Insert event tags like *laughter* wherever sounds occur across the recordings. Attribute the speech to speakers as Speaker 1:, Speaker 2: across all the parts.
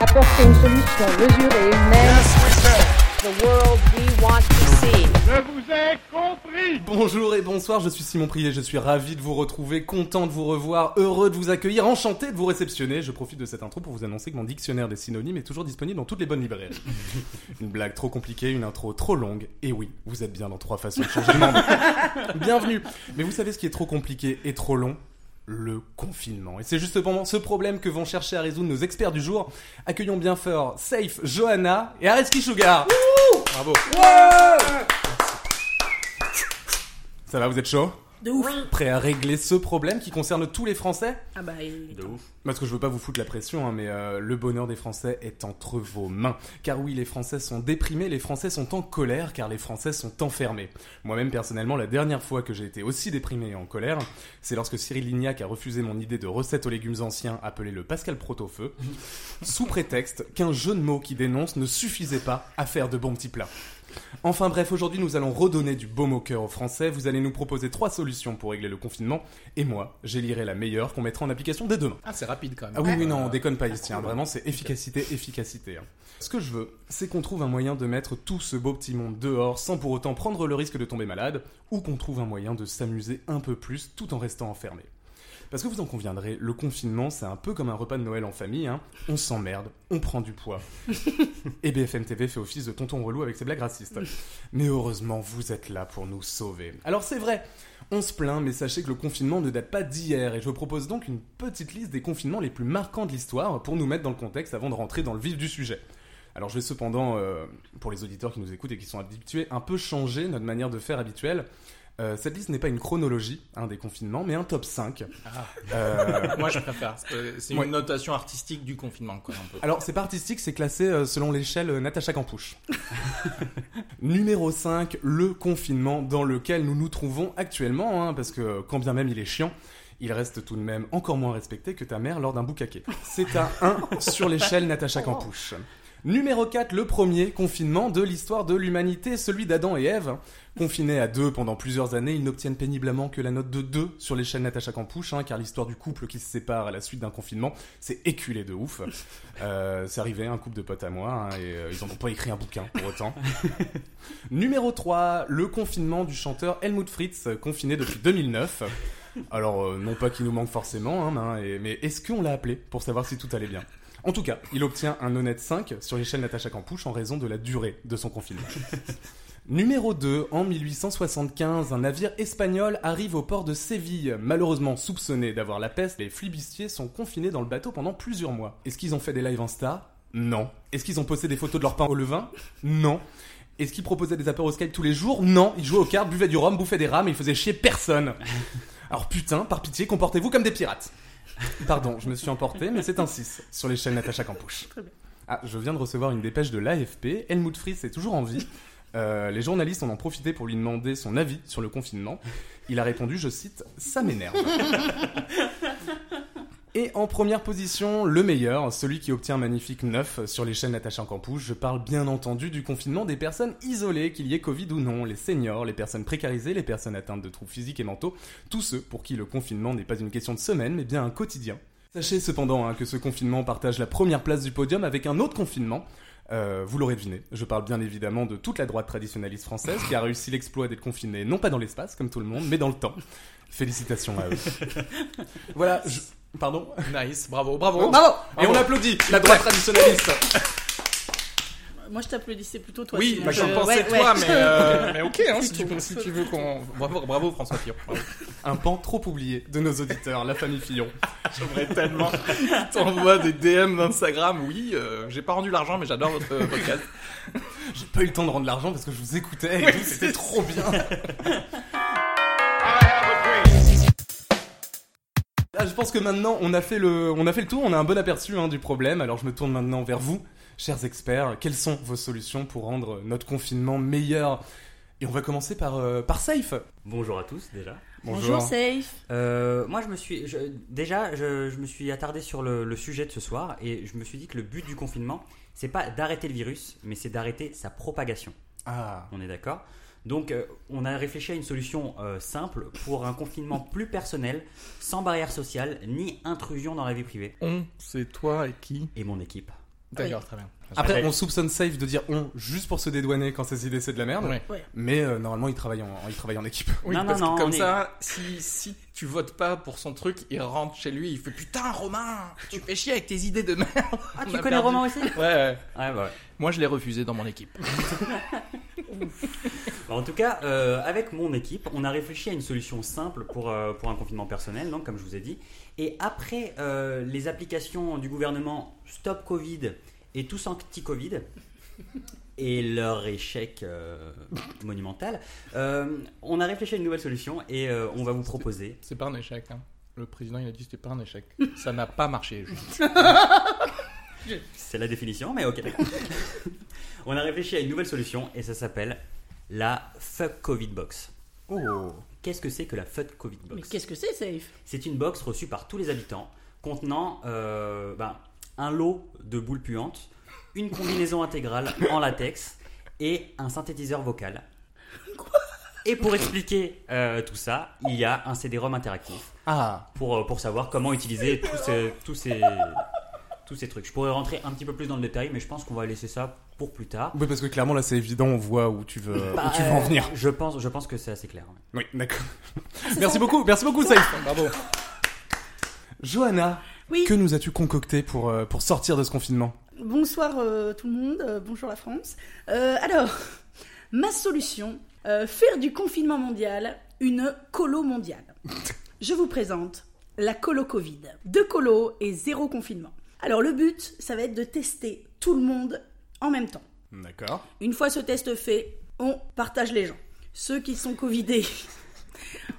Speaker 1: apporter une solution mesurée,
Speaker 2: humaine.
Speaker 3: Je vous ai compris
Speaker 4: Bonjour et bonsoir, je suis Simon Prié, je suis ravi de vous retrouver, content de vous revoir, heureux de vous accueillir, enchanté de vous réceptionner. Je profite de cette intro pour vous annoncer que mon dictionnaire des synonymes est toujours disponible dans toutes les bonnes librairies. une blague trop compliquée, une intro trop longue, et oui, vous êtes bien dans trois façons de changer le monde. Bienvenue Mais vous savez ce qui est trop compliqué et trop long le confinement. Et c'est justement ce problème que vont chercher à résoudre nos experts du jour. Accueillons bien fort Safe, Johanna et Areski Sugar. Bravo. Ça va, vous êtes chaud
Speaker 5: De ouf.
Speaker 4: Prêt à régler ce problème qui concerne tous les Français
Speaker 5: Ah bah, il-
Speaker 6: De ouf.
Speaker 4: Parce que je veux pas vous foutre la pression, hein, mais euh, le bonheur des Français est entre vos mains. Car oui, les Français sont déprimés, les Français sont en colère, car les Français sont enfermés. Moi-même, personnellement, la dernière fois que j'ai été aussi déprimé et en colère, c'est lorsque Cyril Lignac a refusé mon idée de recette aux légumes anciens appelée le Pascal Protofeu, sous prétexte qu'un jeu de mots qui dénonce ne suffisait pas à faire de bons petits plats. Enfin bref, aujourd'hui nous allons redonner du baume au cœur aux Français. Vous allez nous proposer trois solutions pour régler le confinement. Et moi, j'élirai la meilleure qu'on mettra en application dès demain.
Speaker 6: Ah, c'est rapide quand même.
Speaker 4: Ah oui, oui, non, on déconne pas ici. hein. Vraiment, c'est efficacité, efficacité. hein. Ce que je veux, c'est qu'on trouve un moyen de mettre tout ce beau petit monde dehors sans pour autant prendre le risque de tomber malade, ou qu'on trouve un moyen de s'amuser un peu plus tout en restant enfermé. Parce que vous en conviendrez, le confinement, c'est un peu comme un repas de Noël en famille. hein. On s'emmerde, on prend du poids. Et BFM TV fait office de tonton relou avec ses blagues racistes. Mais heureusement, vous êtes là pour nous sauver. Alors c'est vrai, on se plaint, mais sachez que le confinement ne date pas d'hier, et je vous propose donc une petite liste des confinements les plus marquants de l'histoire pour nous mettre dans le contexte avant de rentrer dans le vif du sujet. Alors je vais cependant, euh, pour les auditeurs qui nous écoutent et qui sont habitués, un peu changer notre manière de faire habituelle. Euh, cette liste n'est pas une chronologie hein, des confinements, mais un top 5.
Speaker 6: Ah.
Speaker 4: Euh,
Speaker 6: Moi, je préfère. Euh, C'est
Speaker 4: Ouais.
Speaker 6: une notation artistique du confinement, quoi, un peu.
Speaker 4: Alors, c'est pas artistique, c'est classé euh, selon l'échelle euh, Natacha Campouche. *laughs* Numéro 5, le confinement dans lequel nous nous trouvons actuellement, hein, parce que euh, quand bien même il est chiant, il reste tout de même encore moins respecté que ta mère lors d'un boucaquet. C'est à 1 sur l'échelle Natacha Campouche. Numéro 4, le premier confinement de l'histoire de l'humanité, celui d'Adam et Ève. Confinés à deux pendant plusieurs années, ils n'obtiennent péniblement que la note de 2 sur l'échelle Natacha Campouche, hein, car l'histoire du couple qui se sépare à la suite d'un confinement, c'est éculé de ouf. Euh, c'est arrivé, un couple de potes à moi, hein, et euh, ils n'ont pas écrit un bouquin pour autant. *laughs* Numéro 3, le confinement du chanteur Helmut Fritz, euh, confiné depuis 2009. Alors, euh, non pas qu'il nous manque forcément, hein, hein, et- mais est-ce qu'on l'a appelé pour savoir si tout allait bien En tout cas, il obtient un honnête 5 sur l'échelle Natacha Campouche en raison de la durée de son confinement. Numéro 2, en 1875, un navire espagnol arrive au port de Séville. Malheureusement soupçonné d'avoir la peste, les flibustiers sont confinés dans le bateau pendant plusieurs mois. Est-ce qu'ils ont fait des lives Insta Non. Est-ce qu'ils ont posté des photos de leur pain au levain Non. Est-ce qu'ils proposaient des apéros Skype tous les jours Non. Ils jouaient aux cartes, buvaient du rhum, bouffaient des rames et ils faisaient chier personne. Alors putain, par pitié, comportez-vous comme des pirates. Pardon, je me suis emporté, mais c'est un 6 sur l'échelle Natacha Campouche. Ah, je viens de recevoir une dépêche de l'AFP. Helmut Fritz est toujours en vie. Euh, les journalistes en ont profité pour lui demander son avis sur le confinement. Il a répondu, je cite, Ça m'énerve. Et en première position, le meilleur, celui qui obtient un magnifique 9 sur l'échelle Natacha Campouche. Je parle bien entendu du confinement des personnes isolées, qu'il y ait Covid ou non, les seniors, les personnes précarisées, les personnes atteintes de troubles physiques et mentaux, tous ceux pour qui le confinement n'est pas une question de semaine, mais bien un quotidien. Sachez cependant hein, que ce confinement partage la première place du podium avec un autre confinement. Euh, vous l'aurez deviné, je parle bien évidemment de toute la droite traditionnaliste française qui a réussi l'exploit d'être confinée non pas dans l'espace comme tout le monde, mais dans le temps. Félicitations à eux. voilà, je- pardon.
Speaker 6: Nice, bravo, bravo.
Speaker 4: Bravo Et
Speaker 6: Bravo.
Speaker 4: on applaudit la droite traditionnaliste.
Speaker 5: moi je t'applaudissais plutôt toi.
Speaker 6: Oui,
Speaker 5: Simon.
Speaker 6: bah, j'en
Speaker 5: Je-
Speaker 6: pensais
Speaker 5: ouais,
Speaker 6: toi,
Speaker 5: ouais.
Speaker 6: mais, euh, mais ok, hein, si,
Speaker 5: Plutôt.
Speaker 6: tu, si tu veux qu'on. Bravo, bravo François Fillon. Bravo.
Speaker 4: Un pan trop oublié de nos auditeurs, la famille Fillon.
Speaker 6: J'aimerais tellement que *laughs* t'envoies des DM d'Instagram. Oui, euh, j'ai pas rendu l'argent, mais j'adore votre euh, podcast. *laughs*
Speaker 4: J'ai pas eu le temps de rendre l'argent parce que je vous écoutais et tout, c'était trop bien.
Speaker 3: I have a dream.
Speaker 4: Ah, je pense que maintenant on a fait le, on a fait le tour, on a un bon aperçu hein, du problème. Alors je me tourne maintenant vers vous, chers experts. Quelles sont vos solutions pour rendre notre confinement meilleur Et on va commencer par euh, par Safe.
Speaker 7: Bonjour à tous déjà.
Speaker 5: Bonjour Safe.
Speaker 7: Euh, moi je me suis je- déjà je, je me suis attardé sur le, le sujet de ce soir et je me suis dit que le but du confinement c'est pas d'arrêter le virus mais c'est d'arrêter sa propagation.
Speaker 4: Ah,
Speaker 7: On est d'accord Donc euh, on a réfléchi à une solution euh, simple pour un confinement plus personnel, sans barrière sociale ni intrusion dans la vie privée.
Speaker 6: On, c'est toi et qui
Speaker 7: Et mon équipe.
Speaker 6: D'accord, très bien.
Speaker 4: Après,
Speaker 7: Après-
Speaker 4: on soupçonne Safe de dire on juste pour se dédouaner quand ses idées c'est de la merde.
Speaker 6: Ah Ouais.
Speaker 5: Ouais.
Speaker 4: Mais euh, normalement, il travaille en, il travaille en équipe. *laughs*
Speaker 6: Oui,
Speaker 7: Non,
Speaker 6: parce
Speaker 7: non,
Speaker 6: que
Speaker 7: non,
Speaker 6: comme
Speaker 7: on est-
Speaker 6: ça, si, si tu votes pas pour son truc, il rentre chez lui, il fait Putain, Romain, tu fais chier avec tes idées de merde.
Speaker 7: Ah,
Speaker 6: On
Speaker 7: tu
Speaker 6: a
Speaker 7: connais
Speaker 6: perdu.
Speaker 7: Romain aussi Ouais,
Speaker 6: Ouais, ouais.
Speaker 7: bah ouais.
Speaker 6: Moi, je l'ai refusé dans mon équipe.
Speaker 7: Bon, En tout cas, euh, avec mon équipe, on a réfléchi à une solution simple pour, euh, pour un confinement personnel, donc, comme je vous ai dit. Et après euh, les applications du gouvernement Stop Covid et Tous Anti-Covid, et leur échec euh, monumental, euh, on a réfléchi à une nouvelle solution et euh, on va vous proposer.
Speaker 6: C'est pas un échec. Hein. Le président, il a dit C'était pas un *laughs* échec. ça n'a pas marché. juste.
Speaker 7: C'est la définition, mais ok. *laughs* on a réfléchi à une nouvelle solution et ça s'appelle la Fuck Covid Box.
Speaker 4: Oh.
Speaker 7: Qu'est-ce que c'est que la Fuck Covid Box
Speaker 5: Mais qu'est-ce que c'est, Safe
Speaker 7: C'est une box reçue par tous les habitants contenant euh, ben, un lot de boules puantes, une combinaison intégrale en latex et un synthétiseur vocal. et pour expliquer euh, tout ça, il y a un CD-ROM interactif
Speaker 4: Ah.
Speaker 7: pour, euh, pour savoir comment utiliser tous ces, tous, ces, tous ces trucs. Je pourrais rentrer un petit peu plus dans le détail, mais je pense qu'on va laisser ça pour plus tard.
Speaker 4: Oui, parce que clairement, là, c'est évident, on voit où tu veux, où tu veux en
Speaker 7: Euh,
Speaker 4: venir.
Speaker 7: je pense, je pense que c'est assez clair.
Speaker 4: Oui, d'accord. merci beaucoup, merci beaucoup, Safe.
Speaker 6: Bravo.
Speaker 4: Johanna,
Speaker 5: Oui.
Speaker 4: que nous as-tu concocté pour, euh, pour sortir de ce confinement
Speaker 5: Bonsoir euh, tout le monde, euh, bonjour la France. Euh, alors, *laughs* ma solution, euh, faire du confinement mondial une
Speaker 6: *laughs*
Speaker 5: colo mondiale. Je vous présente la colo Covid. Deux colos et zéro confinement. Alors le but, ça va être de tester tout le monde en même temps.
Speaker 4: D'accord.
Speaker 5: Une fois ce test fait, on partage les gens. Ceux qui sont covidés,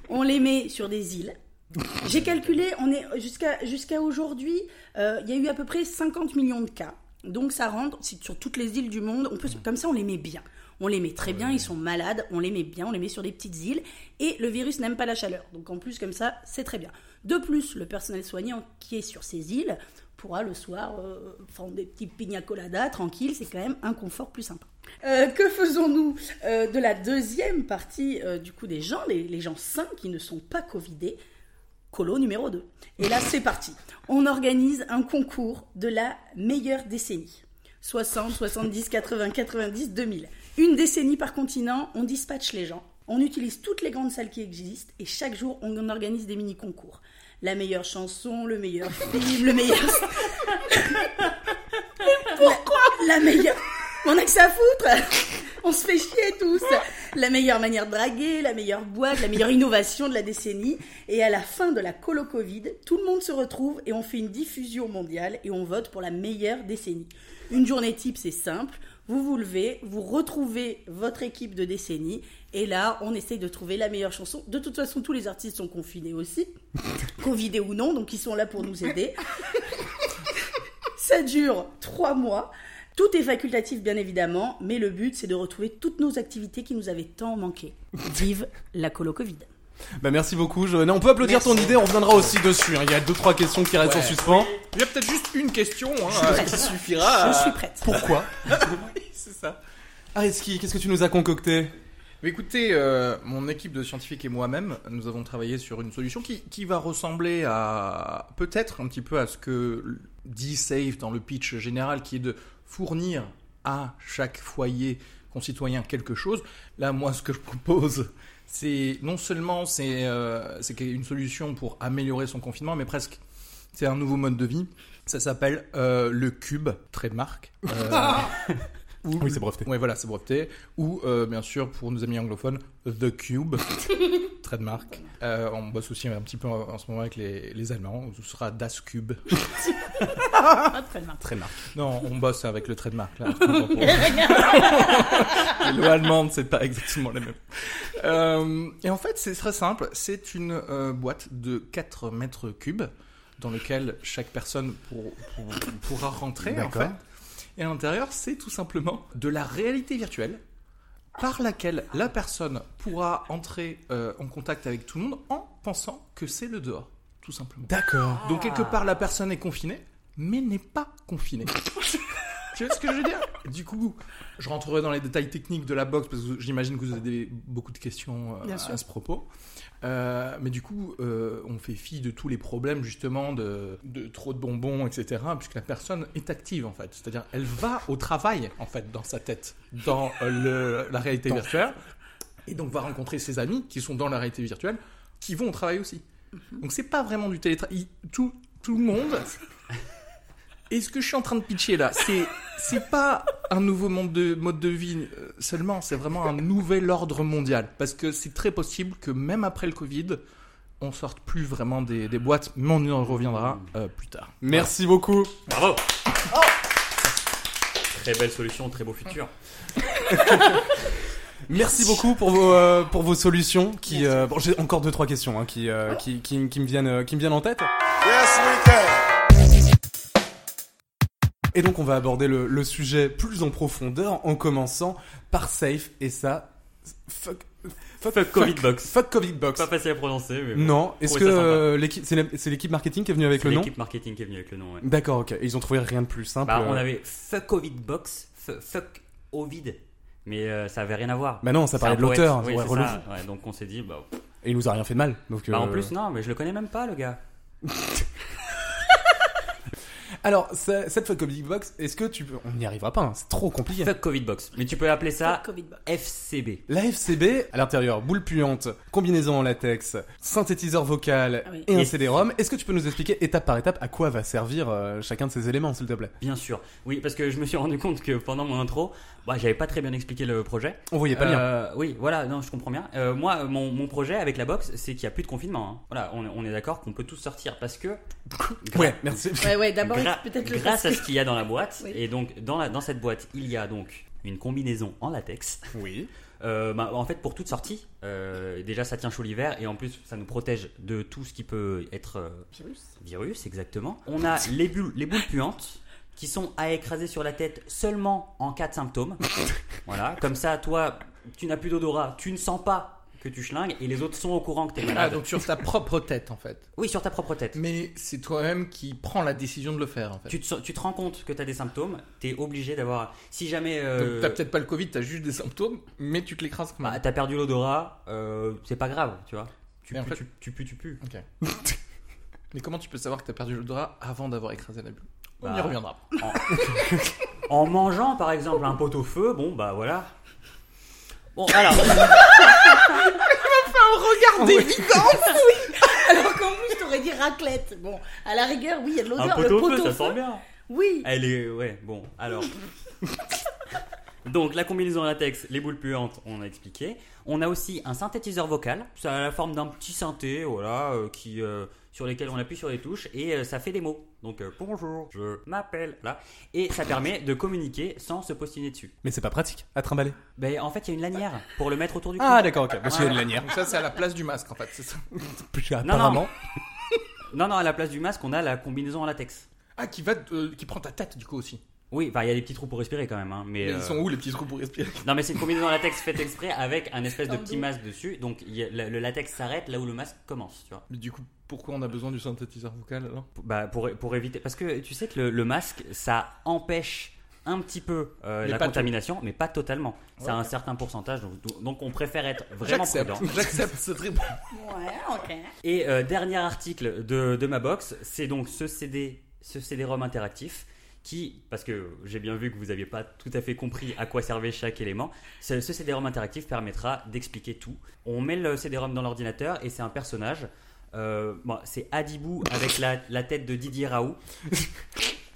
Speaker 5: on les met sur des îles. J'ai calculé, on est jusqu'à jusqu'à aujourd'hui, euh, il y a eu à peu près 50 millions de cas. Donc ça rentre c'est sur toutes les îles du monde. On peut, se- comme ça, on les met bien. On les met très bien, ils sont malades, on les met bien, on les met sur des petites îles. Et le virus n'aime pas la chaleur. Donc en plus, comme ça, c'est très bien. De plus, le personnel soignant qui est sur ces îles pourra le soir euh, prendre des petits pina colada, tranquille, c'est quand même un confort plus sympa. Euh, que faisons-nous euh, de la deuxième partie euh, du coup des gens, les, les gens sains qui ne sont pas covidés Colo numéro 2. Et là, c'est parti. On organise un concours de la meilleure décennie. 60, 70, 80, 90, 2000. Une décennie par continent, on dispatche les gens. On utilise toutes les grandes salles qui existent et chaque jour, on en organise des mini-concours. La meilleure chanson, le meilleur film, le meilleur... pourquoi La meilleure... *laughs* On a que ça à foutre On se fait chier tous La meilleure manière de draguer, la meilleure boîte, la meilleure innovation de la décennie. Et à la fin de la colo Covid, tout le monde se retrouve et on fait une diffusion mondiale et on vote pour la meilleure décennie. Une journée type, c'est simple. Vous vous levez, vous retrouvez votre équipe de décennie et là, on essaye de trouver la meilleure chanson. De toute façon, tous les artistes sont confinés aussi, covidés ou non, donc ils sont là pour nous aider. Ça dure trois mois. Tout est facultatif, bien évidemment, mais le but, c'est de retrouver toutes nos activités qui nous avaient tant manqué. Vive la colo Covid.
Speaker 4: Bah, merci beaucoup, Johanna. On peut applaudir ton idée, on reviendra aussi dessus. hein. Il y a deux, trois questions qui restent
Speaker 6: Ouais.
Speaker 4: en suspens.
Speaker 6: Il y a peut-être juste une question hein,
Speaker 5: prête.
Speaker 6: qui
Speaker 7: Ah.
Speaker 6: suffira. à-
Speaker 5: Je suis prête. *laughs*
Speaker 4: Pourquoi
Speaker 6: Oui, c'est ça.
Speaker 4: Areski, qu'est-ce que tu nous as concocté
Speaker 6: Mais écoutez, euh, mon équipe de scientifiques et moi-même, nous avons travaillé sur une solution qui, qui va ressembler à peut-être un petit peu à ce que dit Safe dans le pitch général, qui est de fournir à chaque foyer concitoyen quelque chose. Là, moi, ce que je propose, c'est non seulement c'est euh, c'est une solution pour améliorer son confinement, mais presque c'est un nouveau mode de vie. Ça s'appelle euh, le cube, trademark. Euh,
Speaker 4: *laughs*
Speaker 6: ou
Speaker 4: Oui, c'est breveté.
Speaker 6: Ouais, voilà, c'est breveté. Ou, euh, bien sûr, pour nos amis anglophones, The Cube, trademark. Euh, on bosse aussi un petit peu en, en ce moment avec les, les Allemands. Ce sera Das Cube, trademark. Non, on bosse avec le trademark, là. Les lois allemandes, c'est pas exactement les mêmes. Euh, et en fait, c'est très simple. C'est une euh, boîte de 4 mètres cubes dans lequel chaque personne pour- pour- pourra rentrer, en
Speaker 4: D'accord.
Speaker 6: fait. Et à l'intérieur, c'est tout simplement de la réalité virtuelle par laquelle la personne pourra entrer euh, en contact avec tout le monde en pensant que c'est le dehors, tout simplement.
Speaker 4: D'accord.
Speaker 6: Donc quelque part, la personne est confinée, mais n'est pas confinée. *laughs* Tu vois ce que je veux dire Du coup, je rentrerai dans les détails techniques de la box parce que j'imagine que vous avez des- beaucoup de questions euh,
Speaker 5: Bien
Speaker 6: à
Speaker 5: sûr.
Speaker 6: ce propos. Euh, mais du coup, euh, on fait fi de tous les problèmes justement de, de trop de bonbons, etc. Puisque la personne est active en fait. C'est-à-dire, elle va au travail en fait dans sa tête, dans euh, le- la réalité virtuelle. Et donc va rencontrer ses amis qui sont dans la réalité virtuelle, qui vont au travail aussi.
Speaker 5: Mhm.
Speaker 6: Donc c'est pas vraiment du télétravail. Tout, tout le monde. Et ce que je suis en train de pitcher là, c'est c'est pas un nouveau monde de mode de vie euh, seulement, c'est vraiment un nouvel ordre mondial. Parce que c'est très possible que même après le Covid, on sorte plus vraiment des, des boîtes, mais on y en reviendra euh, plus tard.
Speaker 4: Merci beaucoup.
Speaker 7: Bravo Très belle solution, très beau futur.
Speaker 4: Merci beaucoup pour vos, euh, pour vos solutions. Qui, euh, bon, j'ai encore deux trois questions hein, qui,
Speaker 7: Oh.
Speaker 4: euh, qui, qui, qui me viennent, euh, qui me viennent en tête.
Speaker 8: Yes, we can.
Speaker 4: Et donc on va aborder le, le sujet plus en profondeur en commençant par Safe et ça. Fuck, fuck,
Speaker 7: Fuck Covid Box.
Speaker 4: Fuck Covid Box.
Speaker 7: Pas facile à prononcer, mais bon.
Speaker 4: Non, est-ce
Speaker 7: trouvez
Speaker 4: que
Speaker 7: ça sympa.
Speaker 4: euh, l'équipe, c'est la- c'est l'équipe marketing qui est venue avec
Speaker 7: C'est
Speaker 4: le nom
Speaker 7: l'équipe marketing qui est venue avec le nom. ouais.
Speaker 4: D'accord, ok. Ils ont trouvé rien de plus simple.
Speaker 7: Bah, on
Speaker 4: euh.
Speaker 7: avait Fuck Covid Box, fu- Fuck Ovid, mais euh, ça avait rien à voir.
Speaker 4: Bah non, ça
Speaker 7: C'est
Speaker 4: parlait
Speaker 7: un
Speaker 4: de
Speaker 7: poète.
Speaker 4: l'auteur.
Speaker 7: Oui,
Speaker 4: ouais,
Speaker 7: c'est
Speaker 4: relou.
Speaker 7: ça. Ouais, donc on s'est dit, bah, pff.
Speaker 4: Et il nous a rien fait de mal. Donc,
Speaker 7: Bah, en
Speaker 4: euh,
Speaker 7: plus, non, mais je le connais même pas, le gars.
Speaker 4: Alors, ça- cette Fuck Covid Box, est-ce que tu peux. On n'y arrivera pas, hein, c'est trop compliqué.
Speaker 7: Fuck Covid Box. Mais tu peux appeler ça
Speaker 5: Covid box.
Speaker 7: FCB.
Speaker 4: La FCB, à l'intérieur, boule puante, combinaison en latex, synthétiseur vocal
Speaker 5: Ah oui.
Speaker 4: et un
Speaker 7: Et-
Speaker 4: CD-ROM. Est-ce que tu peux nous expliquer étape par étape à quoi va servir euh, chacun de ces éléments, s'il te plaît
Speaker 7: Bien sûr. Oui, parce que je me suis rendu compte que pendant mon intro, bah, j'avais pas très bien expliqué le projet.
Speaker 4: On voyait pas bien.
Speaker 7: Euh, oui, voilà, non, je comprends bien. Euh, moi, mon, mon projet avec la box, c'est qu'il n'y a plus de confinement. hein. Voilà, on, on est d'accord qu'on peut tous sortir parce que.
Speaker 4: Ouais, merci. *laughs*
Speaker 5: Ouais, ouais, d'abord,
Speaker 7: Gra-
Speaker 5: peut-être le
Speaker 7: grâce à
Speaker 5: casque.
Speaker 7: ce qu'il y a dans la boîte.
Speaker 5: Oui.
Speaker 7: Et donc, dans, la, dans cette boîte, il y a donc une combinaison en latex.
Speaker 4: Oui.
Speaker 7: *laughs* Euh, bah, en fait, pour toute sortie, euh, déjà ça tient chaud l'hiver et en plus ça nous protège de tout ce qui peut être euh, virus. exactement. On
Speaker 5: *laughs*
Speaker 7: a les bulles, les boules puantes qui sont à écraser sur la tête seulement en cas
Speaker 6: *laughs*
Speaker 7: de symptômes. voilà, comme ça, toi, tu n'as plus d'odorat, tu ne sens pas que tu schlingues et les autres sont au courant que t'es
Speaker 6: Ah,
Speaker 7: malade.
Speaker 6: donc sur ta propre tête en fait.
Speaker 7: Oui, sur ta propre tête.
Speaker 6: Mais c'est toi-même qui prends la décision de le faire en fait.
Speaker 7: Tu te, sens- tu te rends compte que t'as des symptômes, t'es obligé d'avoir. Si jamais.
Speaker 6: Donc
Speaker 7: euh,
Speaker 6: t'as peut-être pas le Covid, t'as juste des symptômes, mais tu te l'écrases quand même.
Speaker 7: bah, t'as perdu l'odorat, euh, c'est pas grave, tu vois. Tu
Speaker 6: Mais en
Speaker 7: pues,
Speaker 6: fait-
Speaker 7: tu, tu pues, tu pues.
Speaker 6: Mais comment tu peux savoir que t'as perdu l'odorat avant d'avoir écrasé la bulle On y
Speaker 7: Bah.
Speaker 6: *laughs* reviendra.
Speaker 7: En mangeant, par exemple, un pot au feu, bon, bah voilà.
Speaker 6: *laughs*
Speaker 7: Bon, alors,
Speaker 5: Regardez, Alors qu'en plus, t'aurais dit raclette. Bon, à la rigueur, oui, il y a de
Speaker 7: un
Speaker 5: l'odeur.
Speaker 7: pot
Speaker 5: le
Speaker 7: au
Speaker 5: pot
Speaker 7: feu,
Speaker 5: au feu,
Speaker 7: ça sent bien.
Speaker 5: Oui.
Speaker 7: Elle est, ouais, bon, alors. Donc, la combinaison latex, les boules puantes, on a expliqué. On a aussi un synthétiseur vocal. Ça a la forme d'un petit synthé, voilà, euh, qui, euh, sur lesquels on appuie sur les touches et euh, ça fait des mots. Donc, euh, bonjour, je m'appelle, là. Et ça permet de communiquer sans se postiner dessus.
Speaker 4: Mais c'est pas pratique à trimballer.
Speaker 7: Ben, en fait, il y a une lanière pour le mettre autour du cou.
Speaker 4: Ah, d'accord, ok. Parce qu'il y a une *laughs* lanière.
Speaker 6: Donc ça c'est à la place du masque en fait, c'est ça.
Speaker 4: Puis,
Speaker 7: non.
Speaker 4: Apparemment.
Speaker 7: Non, non, à la place du masque, on a la combinaison en latex.
Speaker 6: Ah qui va, euh, qui prend ta tête du coup aussi.
Speaker 7: Oui, enfin, il y a des petits trous pour respirer quand même. Hein, mais,
Speaker 6: Mais
Speaker 7: euh,
Speaker 6: ils sont où les petits trous pour respirer
Speaker 7: Non, mais c'est une combinaison en latex faite exprès avec un espèce de
Speaker 5: Dans le
Speaker 7: petit
Speaker 5: dos.
Speaker 7: masque dessus. Donc il y a- le, le latex s'arrête là où le masque commence, tu vois.
Speaker 6: Mais du coup, pourquoi on a besoin du synthétiseur vocal alors
Speaker 7: P- Bah, pour, pour éviter. Parce que tu sais que le, le masque, ça empêche un petit peu euh,
Speaker 6: Mais
Speaker 7: la
Speaker 6: pas
Speaker 7: contamination, mais pas totalement. Ça a un certain pourcentage. Donc, donc on préfère être vraiment
Speaker 6: J'accepte,
Speaker 7: prudent.
Speaker 6: j'accepte cette réponse.
Speaker 5: Ouais, ok.
Speaker 7: Et euh, dernier article de, de ma box, c'est donc ce CD, ce CD-ROM interactif qui, parce que j'ai bien vu que vous n'aviez pas tout à fait compris à quoi servait chaque élément, ce, ce CD-ROM interactif permettra d'expliquer tout. On met le CD-ROM dans l'ordinateur et c'est un personnage. Euh, bon, c'est Adibou avec la, la tête de Didier Raoult.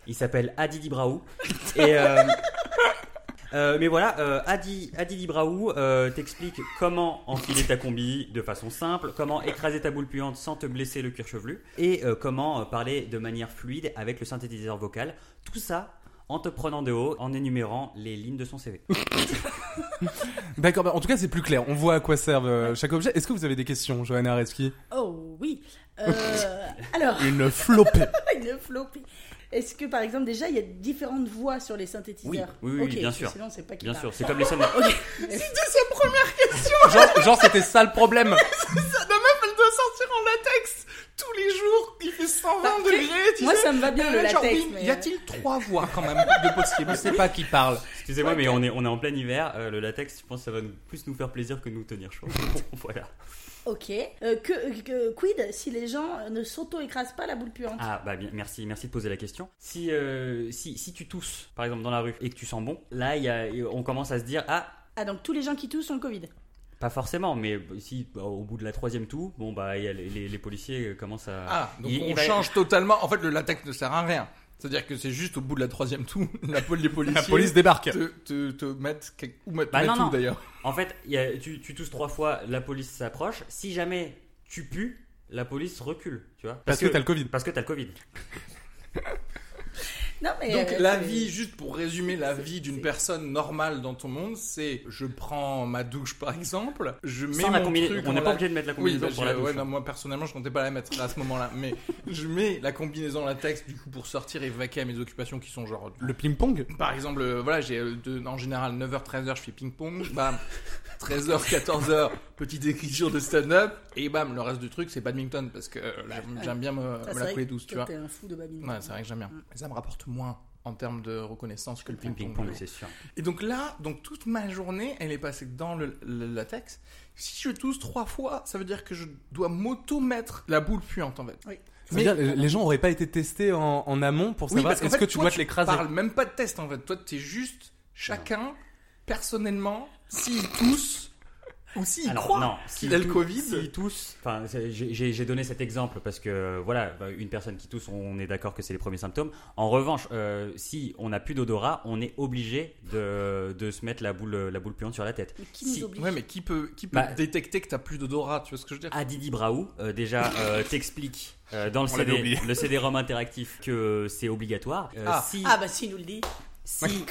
Speaker 7: Il s'appelle Adidi Braou. Et euh, euh, mais voilà, euh, Adi, Adidi Braou euh, t'explique comment enfiler ta combi de façon simple, comment écraser ta boule puante sans te blesser le cuir chevelu, et euh, comment euh, parler de manière fluide avec le synthétiseur vocal. Tout ça en te prenant de haut, en énumérant les lignes de son CV.
Speaker 4: D'accord, bah, en tout cas, c'est plus clair. On voit à quoi servent euh, chaque objet. Est-ce que vous avez des questions, Johanna Reski
Speaker 5: Oh oui. Euh, alors, *laughs*
Speaker 4: Une flopée.
Speaker 5: une flopée. Est-ce que par exemple déjà il y a différentes voix sur les synthétiseurs
Speaker 7: Oui, oui, oui,
Speaker 5: Ok,
Speaker 7: bien
Speaker 5: parce que
Speaker 7: sûr.
Speaker 5: Sinon c'est pas qui
Speaker 7: Bien
Speaker 5: parle.
Speaker 7: sûr, c'est comme les sonnettes.
Speaker 5: Ok.
Speaker 4: *laughs* genre,
Speaker 6: *laughs*
Speaker 4: genre, c'était ça le problème.
Speaker 6: La meuf, elle doit sortir en latex tous les jours. Il fait 5
Speaker 5: Par
Speaker 6: 120
Speaker 4: Bah,
Speaker 5: contre,
Speaker 6: degrés, tu
Speaker 5: Moi,
Speaker 6: sais.
Speaker 5: ça me va
Speaker 4: Hein,
Speaker 5: bien le
Speaker 6: Euh, genre,
Speaker 5: latex.
Speaker 6: bim,
Speaker 5: mais,
Speaker 6: y a-t-il trois voix quand même de possible C'est pas qui parle.
Speaker 7: Excusez-moi, mais on est, on est en plein hiver. euh, le latex, je pense que ça va nous- plus nous faire plaisir que nous tenir chaud. *laughs* voilà.
Speaker 5: euh, Ok. Euh, que, que- quid si les gens ne s'auto-écrasent pas la boule puante
Speaker 7: Ah, bah bien, merci, merci de poser la question. Si, euh, si, si tu tousses, par exemple, dans la rue et que tu sens bon, là, il y a- on commence à se dire Ah,
Speaker 5: Ah, donc tous les gens qui toussent ont le Covid.
Speaker 7: Pas forcément, mais si bah, au bout de la troisième toux, bon bah il y a les, les- les policiers euh, commencent à.
Speaker 6: Ah, donc
Speaker 7: Il-
Speaker 6: on
Speaker 7: il va-
Speaker 6: change totalement. En fait, le latex ne sert à rien. C'est-à-dire que c'est juste au bout de la troisième tour, *laughs* la, pol- les policiers
Speaker 4: La police débarque.
Speaker 6: te, te, te mettent quelque- ou mettent
Speaker 7: Bah
Speaker 6: mettent
Speaker 7: non,
Speaker 6: tout,
Speaker 7: non.
Speaker 6: d'ailleurs.
Speaker 7: En fait, il y a- tu, tu tousses trois fois, la police s'approche. Si jamais tu pues, la police recule, tu vois.
Speaker 4: Parce que t'as le Covid.
Speaker 7: Parce que t'as le Covid.
Speaker 5: Non, mais.
Speaker 6: Donc
Speaker 5: euh,
Speaker 6: la
Speaker 5: c'est-
Speaker 6: vie, juste pour résumer la vie d'une personne normale dans ton monde, c'est je prends ma douche par exemple, je mets
Speaker 7: Sans la
Speaker 6: mon
Speaker 7: combina-
Speaker 6: truc
Speaker 7: on
Speaker 6: en
Speaker 7: n'est pas
Speaker 6: la-
Speaker 7: obligé de mettre la
Speaker 6: Oui,
Speaker 7: combinaison
Speaker 6: bah,
Speaker 7: pour
Speaker 6: j'ai-
Speaker 7: la douche. hein.
Speaker 6: ouais, non, moi personnellement je comptais pas la mettre à ce moment-là, mais *laughs* je mets la combinaison latex du coup pour sortir et vaquer à mes occupations qui sont genre
Speaker 4: Le ping-pong
Speaker 6: Par exemple, euh, voilà, j'ai euh, de- en général 9h, 13h, je fais ping-pong,
Speaker 5: *laughs*
Speaker 6: bam, 13h, 14h, petite écriture de stand-up, et bam, le reste du truc, c'est badminton, parce que euh, j'aime- j'aime bien me,
Speaker 5: Ça,
Speaker 6: me
Speaker 5: Ah, c'est
Speaker 6: la
Speaker 5: vrai
Speaker 6: couler
Speaker 5: que
Speaker 6: douce, tu
Speaker 5: toi,
Speaker 6: vois.
Speaker 5: T'es Mm. un fou de babine.
Speaker 6: Ouais, c'est vrai que j'aime bien. Mais ça me rapporte moins en termes de reconnaissance que le
Speaker 7: Ping
Speaker 6: ping-pong.
Speaker 7: pong, c'est sûr.
Speaker 6: Et donc là, donc toute ma journée, elle est passée dans le, le latex. Si je tousse trois fois, ça veut dire que je dois m'auto-mettre la boule puante, en fait.
Speaker 5: Oui.
Speaker 6: Mais-
Speaker 4: C'est-à-dire, les gens auraient pas été testés en, en amont pour
Speaker 6: Oui,
Speaker 4: savoir
Speaker 6: parce qu'en
Speaker 4: est-ce
Speaker 6: fait,
Speaker 4: que tu
Speaker 6: toi,
Speaker 4: dois te l'écraser.
Speaker 6: parles même pas de test en fait. Toi, t'es juste chacun, personnellement, s'ils tous ou s'ils
Speaker 7: Alors,
Speaker 6: croient
Speaker 7: non,
Speaker 6: qu'il
Speaker 7: s'ils
Speaker 6: a le
Speaker 7: tous-
Speaker 6: Covid.
Speaker 7: s'ils tous. Enfin, c'est- j'ai- j'ai j'ai donné cet exemple parce que voilà, bah, une personne qui tousse, on est d'accord que c'est les premiers symptômes. En revanche, euh, si on n'a plus d'odorat, on est obligé de, de se mettre la boule, la boule puante sur la tête.
Speaker 5: Mais qui nous
Speaker 7: Si-
Speaker 5: oblige
Speaker 6: Ouais, mais qui peut, qui peut
Speaker 7: Bah-
Speaker 6: détecter que t'as plus d'odorat Tu vois ce que je veux dire
Speaker 7: Adidi Braou, euh, déjà, euh, t'explique euh, dans le
Speaker 4: On l'avait
Speaker 7: CD,
Speaker 4: oublié.
Speaker 7: le CD-ROM interactif que c'est obligatoire. Euh,
Speaker 6: Ah.
Speaker 7: Si,
Speaker 5: Ah, bah, s'il nous le dit.
Speaker 7: si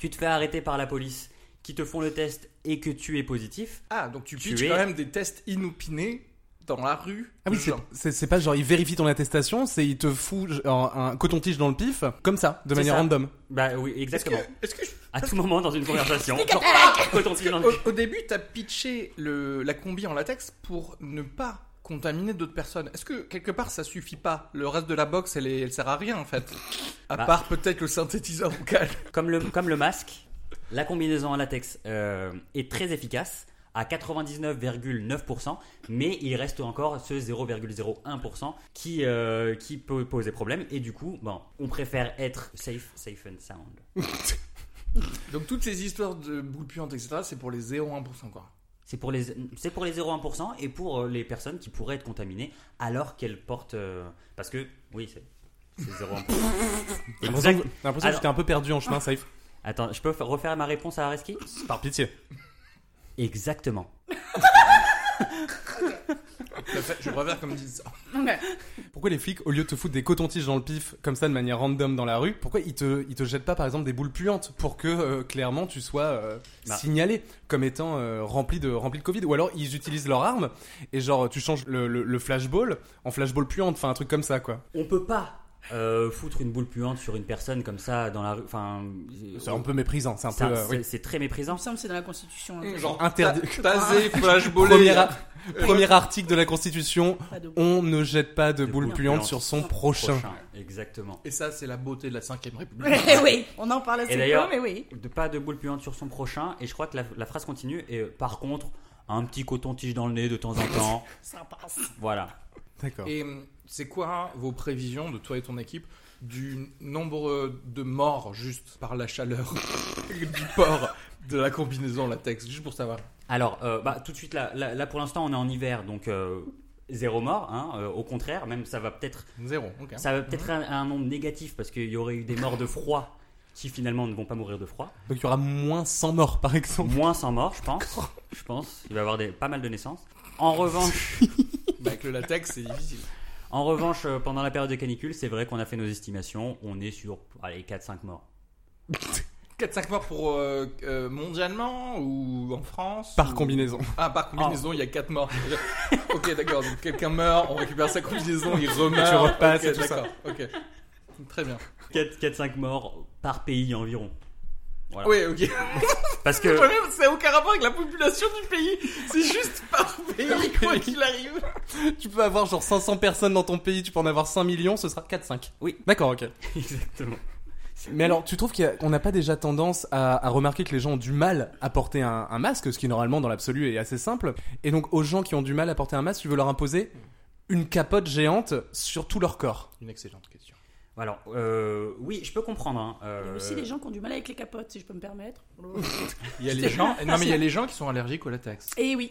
Speaker 7: tu te fais arrêter par la police, qui te font le test et que tu es positif,
Speaker 6: Ah, donc tu
Speaker 7: Tu
Speaker 6: pitches
Speaker 7: es-
Speaker 6: quand même des tests inopinés dans la rue.
Speaker 4: Ah oui,
Speaker 6: de
Speaker 4: c'est-
Speaker 6: gens.
Speaker 4: c'est c'est pas genre ils vérifient ton attestation, c'est ils te foutent genre, un coton-tige dans le pif, comme ça, de
Speaker 7: C'est
Speaker 4: manière
Speaker 7: ça.
Speaker 4: random.
Speaker 7: bah oui,
Speaker 6: Est-ce que,
Speaker 7: exactement.
Speaker 6: est-ce que je-
Speaker 7: À tout moment dans une conversation.
Speaker 6: Genre,
Speaker 7: coton-tige dans le cul.
Speaker 6: au, au début, t'as pitché le, la combi en latex pour ne pas contaminer d'autres personnes. Est-ce que quelque part ça suffit pas Le reste de la box, elle, est- elle sert à rien en fait. À
Speaker 7: Bah.
Speaker 6: part peut-être le synthétiseur vocal.
Speaker 7: Comme le, comme le masque, la combinaison en latex euh, est très efficace à 99,9%, mais il reste encore ce 0,01% qui, euh, qui peut poser problème. Et du coup, bon, on préfère être safe, safe and sound.
Speaker 6: Donc toutes ces histoires de boules puantes, etc., c'est pour les 0,1% quoi.
Speaker 7: C'est pour les, c'est pour les 0,1% et pour euh, les personnes qui pourraient être contaminées alors qu'elles portent... euh, parce que, oui, c'est c'est 0,1%.
Speaker 4: J'ai l'impression que- j'ai l'impression que
Speaker 7: Alors-
Speaker 4: j'étais un peu perdu en chemin, Safe.
Speaker 7: Attends, je peux fa- refaire ma réponse à Areski
Speaker 4: Par pitié.
Speaker 7: Exactement.
Speaker 6: Je préfère- Je préfère comme disent ça.
Speaker 5: Ouais.
Speaker 4: Pourquoi les flics, au lieu de te foutre des cotons-tiges dans le pif, comme ça, de manière random dans la rue, pourquoi ils te, ils te jettent pas, par exemple, des boules puantes pour que, euh, clairement, tu sois euh,
Speaker 7: Bah.
Speaker 4: signalé comme étant euh, rempli, de, rempli de Covid Ou alors, ils utilisent leur arme, et genre, tu changes le, le- le flashball en flashball puante, enfin, un truc comme ça, quoi.
Speaker 7: On peut pas euh, foutre une boule puante sur une personne comme ça dans la rue. Enfin, euh,
Speaker 4: C'est un peu méprisant, c'est un
Speaker 7: ça,
Speaker 4: peu... euh,
Speaker 7: c'est-
Speaker 4: oui.
Speaker 7: c'est très
Speaker 5: Il
Speaker 7: méprisant.
Speaker 5: me semble que c'est dans la Constitution. hein.
Speaker 6: Genre Ah.
Speaker 4: Interdit.
Speaker 6: tasé, *laughs* flashballé.
Speaker 4: Premier, a- premier article de la Constitution,
Speaker 5: Pas de-
Speaker 4: on ne jette pas de,
Speaker 7: De
Speaker 4: boules
Speaker 7: boules
Speaker 4: puantes
Speaker 7: puantes
Speaker 4: sur son prochain.
Speaker 7: Exactement.
Speaker 6: Et ça, c'est la beauté de la 5ème République.
Speaker 5: *laughs* Eh oui, on en parle assez
Speaker 7: Et
Speaker 5: peu,
Speaker 7: d'ailleurs,
Speaker 5: mais oui.
Speaker 7: de pas de boule puante sur son prochain. Et je crois que la, la phrase continue. Et euh, par contre, un petit coton-tige dans le nez de temps en
Speaker 4: *laughs*
Speaker 7: temps.
Speaker 5: Ça passe.
Speaker 7: voilà.
Speaker 4: D'accord.
Speaker 6: Et hum, c'est quoi vos prévisions de toi et ton équipe du nombre de morts juste par la chaleur *laughs* du port de la combinaison latex Juste pour savoir.
Speaker 7: Alors, euh, bah, tout de suite, là, là, là, pour l'instant, on est en hiver. Donc, euh, zéro mort. hein, euh, au contraire, même ça va peut-être
Speaker 6: Zéro, ok.
Speaker 7: ça va peut-être un, un nombre négatif parce qu'il y aurait eu des morts de froid qui finalement ne vont pas mourir de froid.
Speaker 4: Donc il y aura moins 100 morts, par exemple.
Speaker 7: Moins 100 morts, je pense. Je pense. Il va y avoir des, pas mal de naissances. En revanche,
Speaker 6: *laughs* Bah, avec le latex, c'est difficile.
Speaker 7: en revanche, euh, pendant la période de canicule, c'est vrai qu'on a fait nos estimations. On est sur allez, 4-5 morts.
Speaker 6: 4-5 morts pour euh, euh, mondialement ou en France
Speaker 4: Par
Speaker 6: ou-
Speaker 4: combinaison.
Speaker 6: Ah, par combinaison, il y a 4 morts. *laughs* ok, d'accord. Donc quelqu'un meurt, on récupère sa combinaison, il remeurt.
Speaker 4: Tu repasses
Speaker 6: Ok,
Speaker 4: et tout ça.
Speaker 6: d'accord. Ok. Très bien.
Speaker 7: 4-5 morts par pays environ. Voilà.
Speaker 6: Oui,
Speaker 4: *laughs*
Speaker 6: ok.
Speaker 4: Euh.
Speaker 7: Parce
Speaker 6: Le
Speaker 7: que
Speaker 6: problème, c'est aucun rapport avec la population du pays. C'est juste par pays, quoi qu'il arrive.
Speaker 4: Tu peux avoir genre 500 personnes dans ton pays, tu peux en avoir 5 millions, ce sera 4-5.
Speaker 7: Oui.
Speaker 4: D'accord, ok.
Speaker 7: exactement.
Speaker 4: Mais alors, tu trouves qu'on n'a pas déjà tendance à, à remarquer que les gens ont du mal à porter un, un masque, ce qui normalement dans l'absolu est assez simple. Et donc, aux gens qui ont du mal à porter un masque, tu veux leur imposer une capote géante sur tout leur corps.
Speaker 6: Une excellente question.
Speaker 7: Alors euh, oui, je peux comprendre. hein,
Speaker 5: Il y a
Speaker 7: euh,
Speaker 5: aussi les gens qui ont du mal avec les capotes, si je peux me permettre.
Speaker 6: Il y a
Speaker 4: *laughs*
Speaker 6: les gens. Non, mais il y a les gens qui sont allergiques au latex.
Speaker 5: Et oui,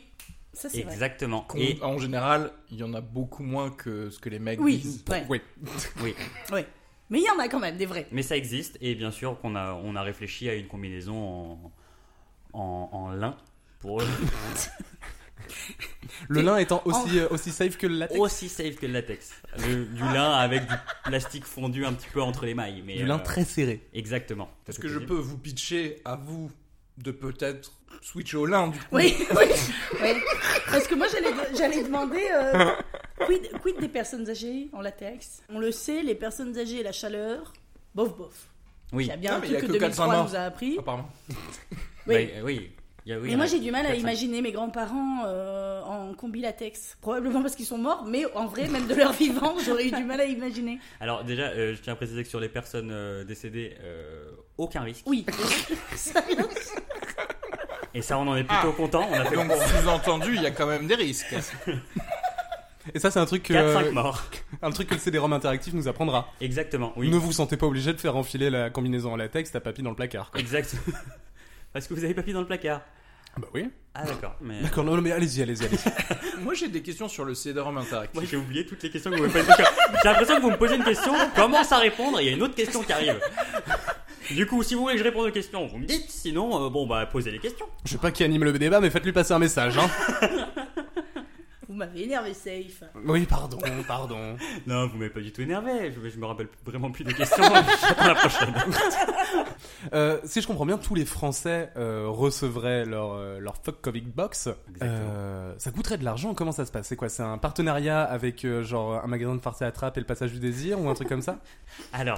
Speaker 5: ça c'est vrai.
Speaker 7: Exactement.
Speaker 6: Qu'on-
Speaker 7: Et
Speaker 6: En général, il y en a beaucoup moins que ce que les mecs
Speaker 5: Oui,
Speaker 6: disent.
Speaker 5: ouais.
Speaker 4: Oui.
Speaker 7: oui.
Speaker 5: ouais. Mais il y en a quand même des vrais.
Speaker 7: Mais ça existe, et bien sûr qu'on a, on a réfléchi à une combinaison en, en, en lin
Speaker 4: *laughs*
Speaker 7: pour eux.
Speaker 4: Le lin étant aussi, euh, aussi safe que le latex.
Speaker 7: aussi safe que le latex. Le- du lin avec du plastique fondu un petit peu entre les mailles. Mais
Speaker 4: Du lin
Speaker 7: euh,
Speaker 4: très serré.
Speaker 7: Exactement.
Speaker 6: Est-ce que je peux vous pitcher à vous de peut-être switcher au lin du coup
Speaker 5: Oui, *laughs* oui, oui. Parce que moi, j'allais, j'allais demander euh, quid, quid des personnes âgées en latex On le sait, les personnes âgées et la chaleur, bof bof.
Speaker 7: Oui.
Speaker 5: Il y a bien
Speaker 6: Ah,
Speaker 5: un
Speaker 6: mais il y
Speaker 5: truc
Speaker 6: a
Speaker 5: que
Speaker 6: que 400
Speaker 5: 2003
Speaker 6: morts.
Speaker 5: nous a appris.
Speaker 6: Apparemment.
Speaker 5: Oui.
Speaker 7: Bah, oui. Il y a- oui,
Speaker 5: et
Speaker 7: on
Speaker 5: moi,
Speaker 7: a-
Speaker 5: j'ai du mal à
Speaker 7: quatre, cinq.
Speaker 5: imaginer mes grands-parents euh, en combi latex. Probablement parce qu'ils sont morts, mais en vrai, même de leur *laughs* vivant, j'aurais eu du mal à imaginer.
Speaker 7: Alors déjà, euh, je tiens à préciser que sur les personnes euh, décédées, euh, aucun risque.
Speaker 5: Oui. *laughs*
Speaker 7: Et ça, on en est plutôt content. On a fait
Speaker 6: Ah. Donc sous-entendu, il y a quand même des risques.
Speaker 4: Et ça, c'est un truc que,
Speaker 6: euh,
Speaker 7: 4-5 morts.
Speaker 4: un truc que le CD-ROM interactif nous apprendra.
Speaker 7: Exactement. Oui.
Speaker 4: Ne vous sentez pas obligé de faire enfiler la combinaison en latex à papy dans le placard. quoi.
Speaker 7: Exact. *laughs* Parce que vous avez papy dans le placard.
Speaker 4: Bah oui.
Speaker 7: Ah d'accord.
Speaker 6: *laughs*
Speaker 7: Mais...
Speaker 4: D'accord, non, non, mais allez-y, allez-y, allez-y.
Speaker 6: Moi, j'ai des questions sur le CD-ROM interactif.
Speaker 7: Moi j'ai oublié toutes les questions que vous m'avez posées. J'ai l'impression que vous me posez une question, je commence à répondre et il y a une autre question qui arrive. Du coup, si vous voulez que je réponde aux questions, vous me dites, sinon, euh, bon bah posez les questions.
Speaker 4: je sais pas qui anime le débat, mais faites-lui passer un message, hein.
Speaker 5: Vous m'avez énervé, safe.
Speaker 4: Oui, pardon, pardon.
Speaker 7: Non, vous m'avez pas du tout énervé, je, je me rappelle vraiment plus des questions. *laughs* J'attends la prochaine.
Speaker 4: Euh, si je comprends bien, tous les Français euh, recevraient leur, euh, leur fuck Covid box.
Speaker 7: Exactement.
Speaker 4: Euh, ça coûterait de l'argent, comment ça se passe C'est quoi C'est un partenariat avec euh, genre un magasin de farce à attrape et le passage du désir ou un truc comme ça
Speaker 7: Alors,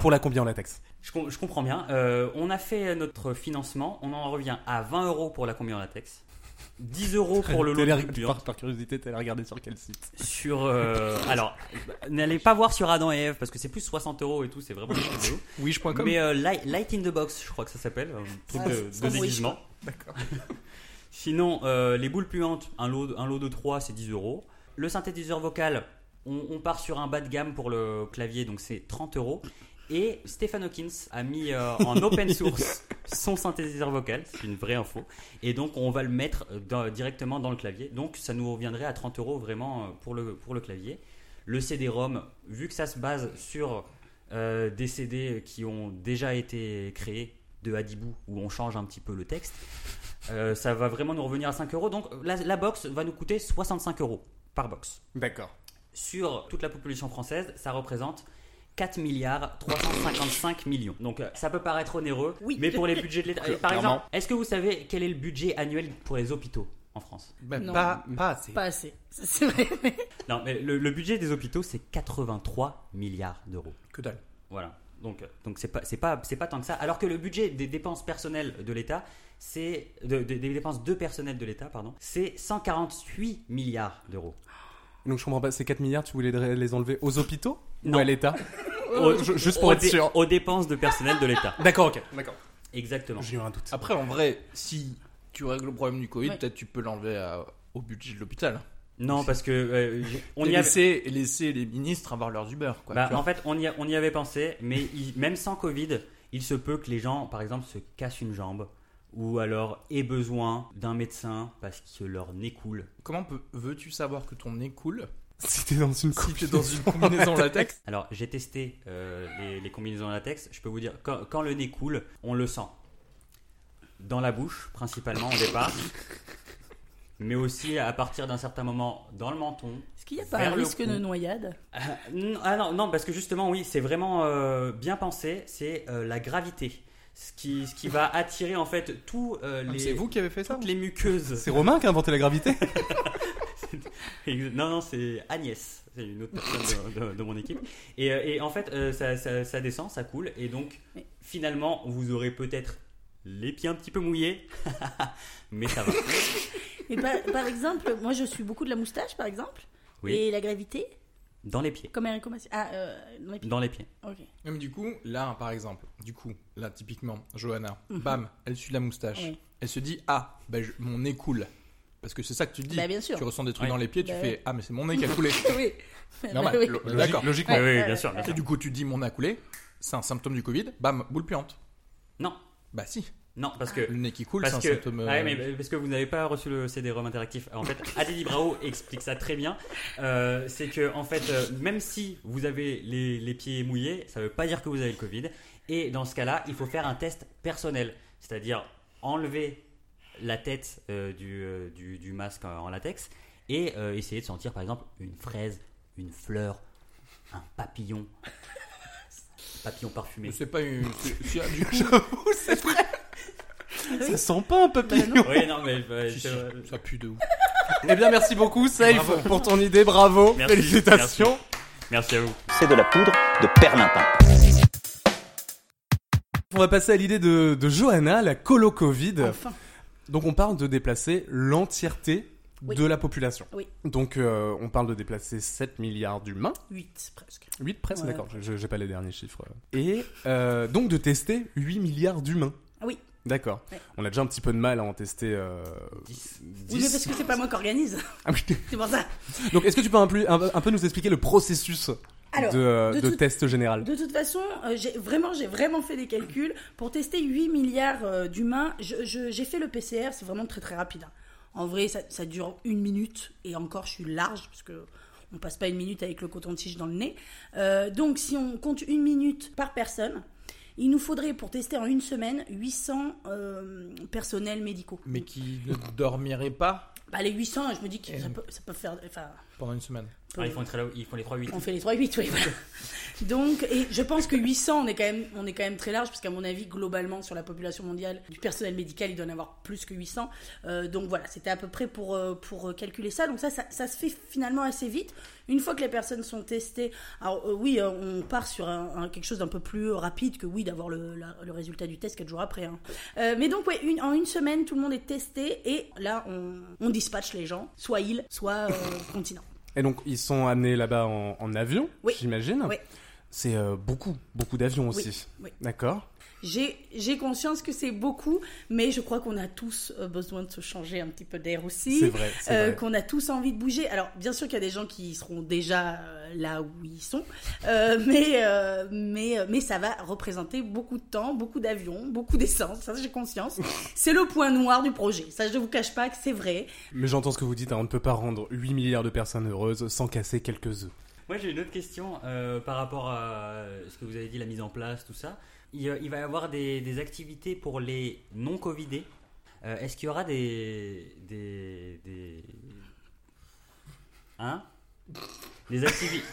Speaker 4: *laughs* Pour la combien en latex
Speaker 7: je, com- je comprends bien, Euh, on a fait notre financement, on en revient à 20 euros pour la combi en latex, 10 euros pour le lot
Speaker 4: T'es
Speaker 7: de
Speaker 4: allé-
Speaker 7: culture.
Speaker 4: par, par curiosité, t'es allé regarder sur quel site
Speaker 7: sur. euh, alors, n'allez pas voir sur Adam et Eve parce que c'est plus 60 euros et tout, c'est vraiment cher de ouf.
Speaker 6: Oui, je comme.
Speaker 7: Mais euh, Light, Light in the Box, je crois que ça s'appelle, un truc
Speaker 5: Ah,
Speaker 7: de,
Speaker 5: c'est
Speaker 7: de
Speaker 5: en bruit,
Speaker 7: déguisement.
Speaker 5: je
Speaker 7: D'accord. *laughs* Sinon, euh, les boules puantes, un lot, de- un lot de 3, c'est 10 euros. Le synthétiseur vocal, on, on part sur un bas de gamme pour le clavier, donc c'est 30 euros. Et Stephen Hawkins a mis euh, en open source
Speaker 5: *laughs*
Speaker 7: son synthétiseur vocal, c'est une vraie info. Et donc on va le mettre euh, dans- directement dans le clavier. Donc ça nous reviendrait à 30 euros vraiment euh, pour le, pour le clavier. Le CD-ROM, vu que ça se base sur euh, des CD qui ont déjà été créés de Hadibou, où on change un petit peu le texte, euh, ça va vraiment nous revenir à 5 euros. Donc la, la box va nous coûter 65 euros par box.
Speaker 4: D'accord.
Speaker 7: Sur toute la population française, ça représente 4 milliards 355 millions. Donc euh, ça peut paraître onéreux,
Speaker 5: Oui.
Speaker 7: mais *laughs* pour les budgets de l'État. Et Euh, Par
Speaker 4: Clairement.
Speaker 7: exemple, est-ce que vous savez quel est le budget annuel pour les hôpitaux en France
Speaker 6: Bah,
Speaker 5: Non.
Speaker 6: pas, pas assez.
Speaker 5: Pas assez. Ça, C'est vrai. mais-
Speaker 7: Non, mais le, le budget des hôpitaux, c'est 83 milliards d'euros.
Speaker 6: Que dalle.
Speaker 7: Voilà. Donc, euh, donc c'est pas, c'est pas, c'est pas tant que ça. Alors que le budget des dépenses personnelles de l'État, c'est de- de- des dépenses de personnel de l'État, pardon, c'est 148 milliards d'euros.
Speaker 4: Oh, Donc je comprends pas, ces 4 milliards, tu voulais les- les enlever aux hôpitaux
Speaker 7: Non.
Speaker 4: Ou à l'État
Speaker 7: Au-
Speaker 4: ju- juste pour
Speaker 7: aux
Speaker 4: être
Speaker 7: dé-
Speaker 4: sûr.
Speaker 7: Oh, Aux dépenses de personnel de l'État.
Speaker 4: D'accord, ok. D'accord.
Speaker 7: *laughs* Exactement.
Speaker 4: J'ai eu un doute.
Speaker 6: Après, en vrai, si tu règles le problème du Covid,
Speaker 5: Ouais.
Speaker 6: peut-être tu peux l'enlever à- au budget de l'hôpital.
Speaker 7: Non, parce que euh, j'ai- on
Speaker 6: Et
Speaker 7: y avait.
Speaker 6: laisser, laisser les ministres avoir leurs Uber, quoi.
Speaker 7: bah,
Speaker 6: tu vois.
Speaker 7: en fait, on y, a- on y avait pensé, mais il- même sans Covid, il se peut que les gens, par exemple, se cassent une jambe ou alors aient besoin d'un médecin parce que leur nez coule.
Speaker 6: Comment peux- veux-tu savoir que ton nez coule
Speaker 4: Si t'es dans une
Speaker 6: si t'es dans une combinaison latex
Speaker 7: Alors, j'ai testé euh, les, les combinaisons latex. Je peux vous dire, quand, quand le nez coule, on le sent. Dans la bouche, principalement, au départ. Mais aussi, à partir d'un certain moment, dans le menton.
Speaker 5: Est-ce qu'il n'y a pas
Speaker 7: Vers
Speaker 5: un
Speaker 7: le
Speaker 5: risque
Speaker 7: cou.
Speaker 5: de noyade
Speaker 7: Ah, non, ah non, non, parce que justement, oui, c'est vraiment euh, bien pensé. C'est euh, la gravité. Ce qui, ce qui va attirer, en fait, tous euh, les...
Speaker 6: Ah, C'est vous qui avez fait ça hein.
Speaker 7: toutes les muqueuses.
Speaker 4: C'est Romain qui a inventé la gravité
Speaker 5: *laughs*
Speaker 7: *laughs* Non, non, c'est Agnès. C'est une autre personne de, de- de mon équipe. Et, euh, et en fait, euh, ça, ça- ça descend, ça coule. Et donc,
Speaker 5: Mais-
Speaker 7: finalement, vous aurez peut-être les pieds un petit peu mouillés, *laughs* mais
Speaker 5: *laughs*
Speaker 7: ça va.
Speaker 5: Mais par, par exemple, moi je suis beaucoup de la moustache, par exemple.
Speaker 7: Oui.
Speaker 5: Et la gravité,
Speaker 7: Dans les pieds.
Speaker 5: comme Enrico Macias. Ah, euh, dans les pieds.
Speaker 7: Dans les pieds.
Speaker 5: Ok.
Speaker 6: Même du coup, là, par exemple, du coup, là, typiquement, Johanna, bam, elle suit la moustache.
Speaker 5: Oui.
Speaker 6: Elle se dit, ah, bah, je- mon nez coule. Parce que c'est ça que tu te dis.
Speaker 5: Bah, bien sûr.
Speaker 6: Tu ressens des trucs
Speaker 7: Ouais.
Speaker 6: dans les pieds, tu
Speaker 5: Bah,
Speaker 6: fais, ah, mais c'est mon nez qui a coulé.
Speaker 5: *laughs* Oui. Bah,
Speaker 6: Normal.
Speaker 5: Oui.
Speaker 6: Lo-
Speaker 4: Logique-
Speaker 6: D'accord.
Speaker 4: Logiquement.
Speaker 7: Oui, oui,
Speaker 5: ouais,
Speaker 7: bien sûr. bien
Speaker 6: Et
Speaker 7: sûr.
Speaker 6: du coup, tu te dis, mon nez a coulé, c'est un symptôme du Covid, bam, boule puante.
Speaker 7: Non,
Speaker 6: Bah, si,
Speaker 7: non, parce que
Speaker 6: le nez qui coule, c'est un
Speaker 7: Parce que, Ah
Speaker 6: symptôme. euh,
Speaker 7: ouais, mais parce que vous n'avez pas reçu le CD-ROM interactif.
Speaker 6: *laughs*
Speaker 7: En fait, Adélie Brao explique ça très bien. Euh, c'est que, en fait, euh, même si vous avez les, les pieds mouillés, ça ne veut pas dire que vous avez le Covid. Et dans ce cas-là, il faut faire un test personnel. C'est-à-dire enlever la tête euh, du, euh, du- du masque en en latex et euh, essayer de sentir, par exemple, une fraise, une fleur, un
Speaker 6: *laughs*
Speaker 7: papillon. papillon parfumé.
Speaker 6: mais C'est pas *laughs* une. c'est- c'est- du coup,
Speaker 4: Ça sent pas un
Speaker 5: Bah
Speaker 4: papillon.
Speaker 7: Oui, non, mais. euh,
Speaker 6: *laughs* si, si,
Speaker 7: c'est-
Speaker 6: ça pue de ouf.
Speaker 4: Eh bien, merci beaucoup, Safe,
Speaker 6: Bravo.
Speaker 4: pour ton idée. Bravo.
Speaker 7: Merci,
Speaker 4: Félicitations.
Speaker 7: Merci à vous.
Speaker 8: C'est de la poudre de perlimpin.
Speaker 4: On va passer à l'idée de, de Johanna, la colo Covid.
Speaker 5: Enfin.
Speaker 4: Donc on parle de déplacer l'entièreté
Speaker 5: Oui.
Speaker 4: de la population.
Speaker 5: Oui.
Speaker 4: Donc euh, on parle de déplacer 7 milliards d'humains.
Speaker 5: 8 presque.
Speaker 4: 8 presque,
Speaker 5: Ouais.
Speaker 4: d'accord, je- j'ai pas les derniers chiffres. Et euh, donc de tester 8 milliards d'humains.
Speaker 5: Ah oui.
Speaker 4: D'accord.
Speaker 5: Ouais.
Speaker 4: On a déjà un petit peu de mal à en tester euh,
Speaker 7: 10.
Speaker 4: 10.
Speaker 5: Oui, mais parce que c'est pas moi qui organise. *laughs*
Speaker 4: Ah oui.
Speaker 5: C'est pour ça.
Speaker 4: Donc est-ce que tu peux un, plus- un- un peu nous expliquer le processus
Speaker 5: Alors,
Speaker 4: de, euh,
Speaker 5: de
Speaker 4: de
Speaker 5: tout-
Speaker 4: test général
Speaker 5: De toute façon, euh, j'ai vraiment, j'ai vraiment fait des calculs pour tester 8 milliards euh, d'humains. je- je- J'ai fait le PCR, c'est vraiment très très rapide. hein. En vrai, ça, ça dure une minute et encore, je suis large parce que on passe pas une minute avec le coton-tige dans le nez. Euh, donc, si on compte une minute par personne, il nous faudrait pour tester en une semaine 800 euh, personnels médicaux.
Speaker 6: Mais qui ne dormirait pas
Speaker 5: Bah, les 800, je me dis que ça peut, ça peut faire. Enfin,
Speaker 6: pendant une semaine.
Speaker 5: peut-
Speaker 7: Ah, ils, font les trois- ils font les 3-8.
Speaker 5: on fait les 3-8, oui, voilà. Donc, et je pense que 800, on est quand même, on est quand même très large, parce qu'à mon avis, globalement, sur la population mondiale, du personnel médical, il doit en avoir plus que 800. Euh, donc voilà, c'était à peu près pour, euh, pour euh, calculer ça. Donc ça, ça, ça se fait finalement assez vite. Une fois que les personnes sont testées, alors euh, oui, euh, on part sur un- un- quelque chose d'un peu plus rapide que oui, d'avoir le, la- le résultat du test 4 jours après. hein. Euh, mais donc, ouais, une- en une semaine, tout le monde est testé, et là, on, on dispatche les gens, soit île, soit euh, continent.
Speaker 4: Et donc ils sont amenés là-bas en, en avion,
Speaker 5: Oui.
Speaker 4: j'imagine.
Speaker 5: Oui.
Speaker 4: C'est euh, beaucoup, beaucoup d'avions aussi.
Speaker 5: oui.
Speaker 4: D'accord.
Speaker 5: J'ai j'ai conscience que c'est beaucoup, mais je crois qu'on a tous euh, besoin de se changer un petit peu d'air aussi.
Speaker 4: C'est vrai, c'est
Speaker 5: euh,
Speaker 4: vrai.
Speaker 5: qu'on a tous envie de bouger. Alors, bien sûr qu'il y a des gens qui seront déjà euh, là où ils sont, euh, *laughs* mais, euh, mais, euh, mais ça va représenter beaucoup de temps, beaucoup d'avions, beaucoup d'essence. Ça, j'ai conscience. C'est le point noir du projet. Ça, je ne vous cache pas que c'est vrai.
Speaker 4: Mais j'entends ce que vous dites, hein, on ne peut pas rendre 8 milliards de personnes heureuses sans casser quelques œufs.
Speaker 7: Moi j'ai une autre question euh, par rapport à ce que vous avez dit, la mise en place, tout ça. Il, y a- il va y avoir des, des activités pour les non-covidés. Euh, Est-ce qu'il y aura des... des, des... Hein Des activités...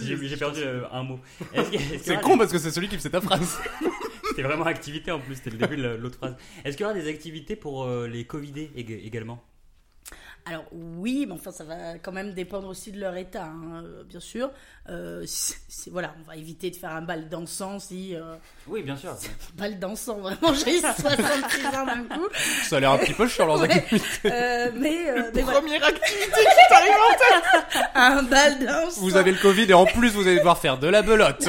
Speaker 7: J'ai j'ai perdu euh, un mot. Est-ce que- est-ce qu'il y
Speaker 4: C'est
Speaker 7: aura
Speaker 4: con parce que c'est celui qui me fait ta
Speaker 5: *laughs*
Speaker 4: phrase.
Speaker 7: des- C'était vraiment activité en plus, c'était le début de la- l'autre phrase. Est-ce qu'il y aura des activités pour euh, les covidés ég- également
Speaker 5: Alors oui, mais enfin ça va quand même dépendre aussi de leur état, hein, euh, bien sûr. Euh, c'est- c'est- voilà, on va éviter de faire un bal dansant si euh,
Speaker 7: Oui, bien sûr.
Speaker 5: bal dansant vraiment j'ai 66 ans d'un coup.
Speaker 4: Ça a l'air un petit peu chiant leurs
Speaker 5: Ouais.
Speaker 4: activités.
Speaker 5: Euh, mais euh, mais voilà,
Speaker 6: Première activité
Speaker 5: un bal dansant.
Speaker 4: Vous avez le Covid et en plus vous allez devoir faire de la belote,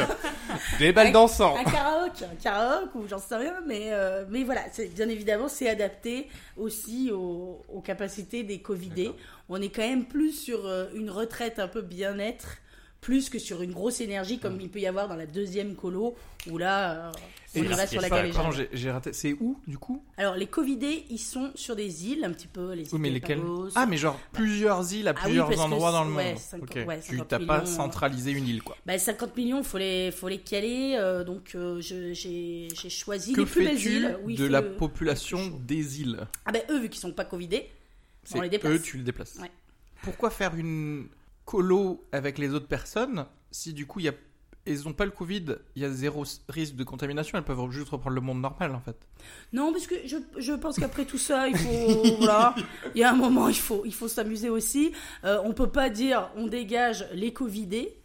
Speaker 4: des balles
Speaker 5: Un-
Speaker 4: dansantes.
Speaker 5: un karaoke, un karaoke ou j'en sais rien, mais euh, mais voilà, c'est- bien évidemment c'est adapté aussi aux, aux capacités des covidés. On est quand même plus sur euh, une retraite un peu bien-être plus que sur une grosse énergie comme il peut y avoir dans la deuxième colo où là euh, on
Speaker 7: Et
Speaker 5: y va
Speaker 7: là,
Speaker 5: sur la
Speaker 7: c'est pas-
Speaker 5: galéjade.
Speaker 6: Pardon, j'ai- j'ai raté. C'est où, du coup
Speaker 5: Alors les covidés ils sont sur des îles un petit peu les îles
Speaker 6: Oui, mais lesquels
Speaker 5: Galapagos.
Speaker 6: Ah, mais genre plusieurs îles à
Speaker 5: Ah oui,
Speaker 6: plusieurs
Speaker 5: parce que
Speaker 6: endroits dans le
Speaker 5: ouais,
Speaker 6: monde.
Speaker 5: cinquante-
Speaker 6: Ok.
Speaker 5: ouais,
Speaker 6: tu
Speaker 5: cinquante hein.
Speaker 6: t'as pas
Speaker 5: millions.
Speaker 6: centralisé une île, quoi.
Speaker 5: Bah, 50 millions, faut les, faut les caler. euh, donc, euh, je- j'ai j'ai choisi
Speaker 6: Que
Speaker 5: les plus belles
Speaker 6: fais-tu
Speaker 5: îles. où il
Speaker 6: de
Speaker 5: fait
Speaker 6: la
Speaker 5: le-
Speaker 6: population des îles
Speaker 5: Ah ben, eux, vu qu'ils sont pas covidés,
Speaker 6: C'est
Speaker 5: les déplace.
Speaker 6: eux, tu les déplaces.
Speaker 5: Ouais.
Speaker 6: Pourquoi faire une colo avec les autres personnes si du coup il y a elles n'ont pas le Covid, il y a zéro s- risque de contamination, elles peuvent juste reprendre le monde normal en fait.
Speaker 5: Non, parce que je, je pense qu'après tout ça, il faut *laughs* voilà, il y a un moment, il faut il faut s'amuser aussi. Euh, on peut pas dire on dégage les covidés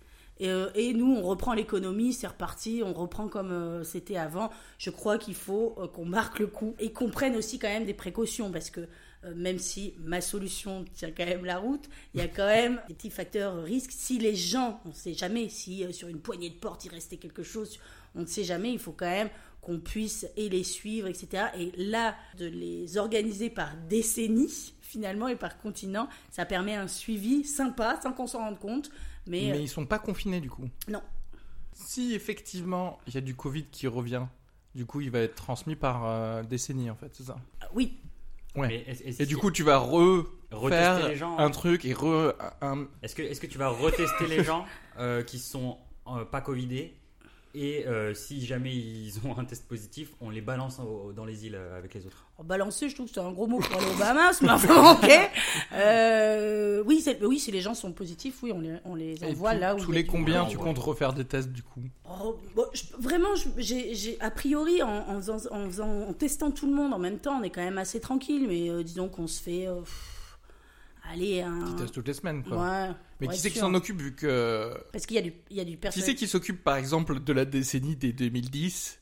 Speaker 5: Et, euh, et nous, on reprend l'économie, c'est reparti, on reprend comme euh, c'était avant. Je crois qu'il faut euh, qu'on marque le coup et qu'on prenne aussi quand même des précautions parce que euh, même si ma solution tient quand même la route, il y a quand même des petits facteurs risques. Si les gens, on ne sait jamais, si euh, sur une poignée de porte il restait quelque chose, on ne sait jamais, il faut quand même qu'on puisse et les suivre, etc. Et là, de les organiser par décennie, finalement, et par continent, ça permet un suivi sympa, sans qu'on s'en rende compte. Mais,
Speaker 6: Mais ils sont pas confinés du coup.
Speaker 5: euh, Non.
Speaker 6: Si effectivement il y a du Covid qui revient, du coup il va être transmis par euh, décennie en fait, c'est ça.
Speaker 5: euh, oui,
Speaker 6: Ouais.
Speaker 7: Mais est-ce- est-ce
Speaker 6: Et du
Speaker 7: que-
Speaker 6: coup tu vas re
Speaker 7: retester
Speaker 6: faire
Speaker 7: les gens hein.
Speaker 6: un truc et re un-
Speaker 7: Est-ce que, est-ce que tu vas retester les gens euh, qui sont euh, pas Covidés et euh, si jamais ils ont un test positif, on les balance au- dans les îles euh, avec les autres
Speaker 5: Alors, balancer, Oh, je trouve que c'est un gros mot pour aller aux Bahamas, *laughs* mais enfin, ok. Euh, oui, c'est- oui, si les gens sont positifs, oui, on les, on les
Speaker 6: et
Speaker 5: envoie
Speaker 6: puis,
Speaker 5: là où.
Speaker 6: tous
Speaker 5: il y a
Speaker 6: les
Speaker 5: du-
Speaker 6: combien
Speaker 5: Ah,
Speaker 6: tu
Speaker 5: ouais.
Speaker 6: comptes refaire des tests du coup
Speaker 5: Oh, bon, je- vraiment, je- j'ai j'ai- a priori, en, en, faisant- en faisant- en testant tout le monde en même temps, on est quand même assez tranquille, mais euh, disons qu'on se fait. euh, pff, allez, un.
Speaker 6: Ils testent toutes les semaines quoi.
Speaker 5: Ouais,
Speaker 6: Mais
Speaker 5: ouais,
Speaker 6: qui c'est qui
Speaker 5: sûr.
Speaker 6: s'en occupe vu que
Speaker 5: Parce qu'il y a du, il y a du
Speaker 6: Qui
Speaker 5: personnel.
Speaker 6: c'est qui s'occupe par exemple de la décennie des
Speaker 5: *laughs*
Speaker 6: 2010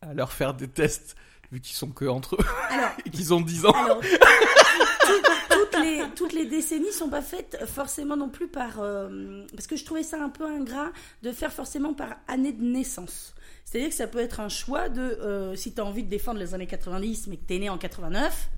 Speaker 6: à leur faire des tests vu qu'ils sont que entre eux
Speaker 5: Alors,
Speaker 6: *laughs* et qu'ils ont 10 ans
Speaker 5: Alors, tout- toutes, les, toutes les décennies sont pas faites forcément non plus par... euh, parce que je trouvais ça un peu ingrat de faire forcément par année de naissance. C'est-à-dire que ça peut être un choix de... euh, si tu as envie de défendre les années 90 mais que tu es né en 89,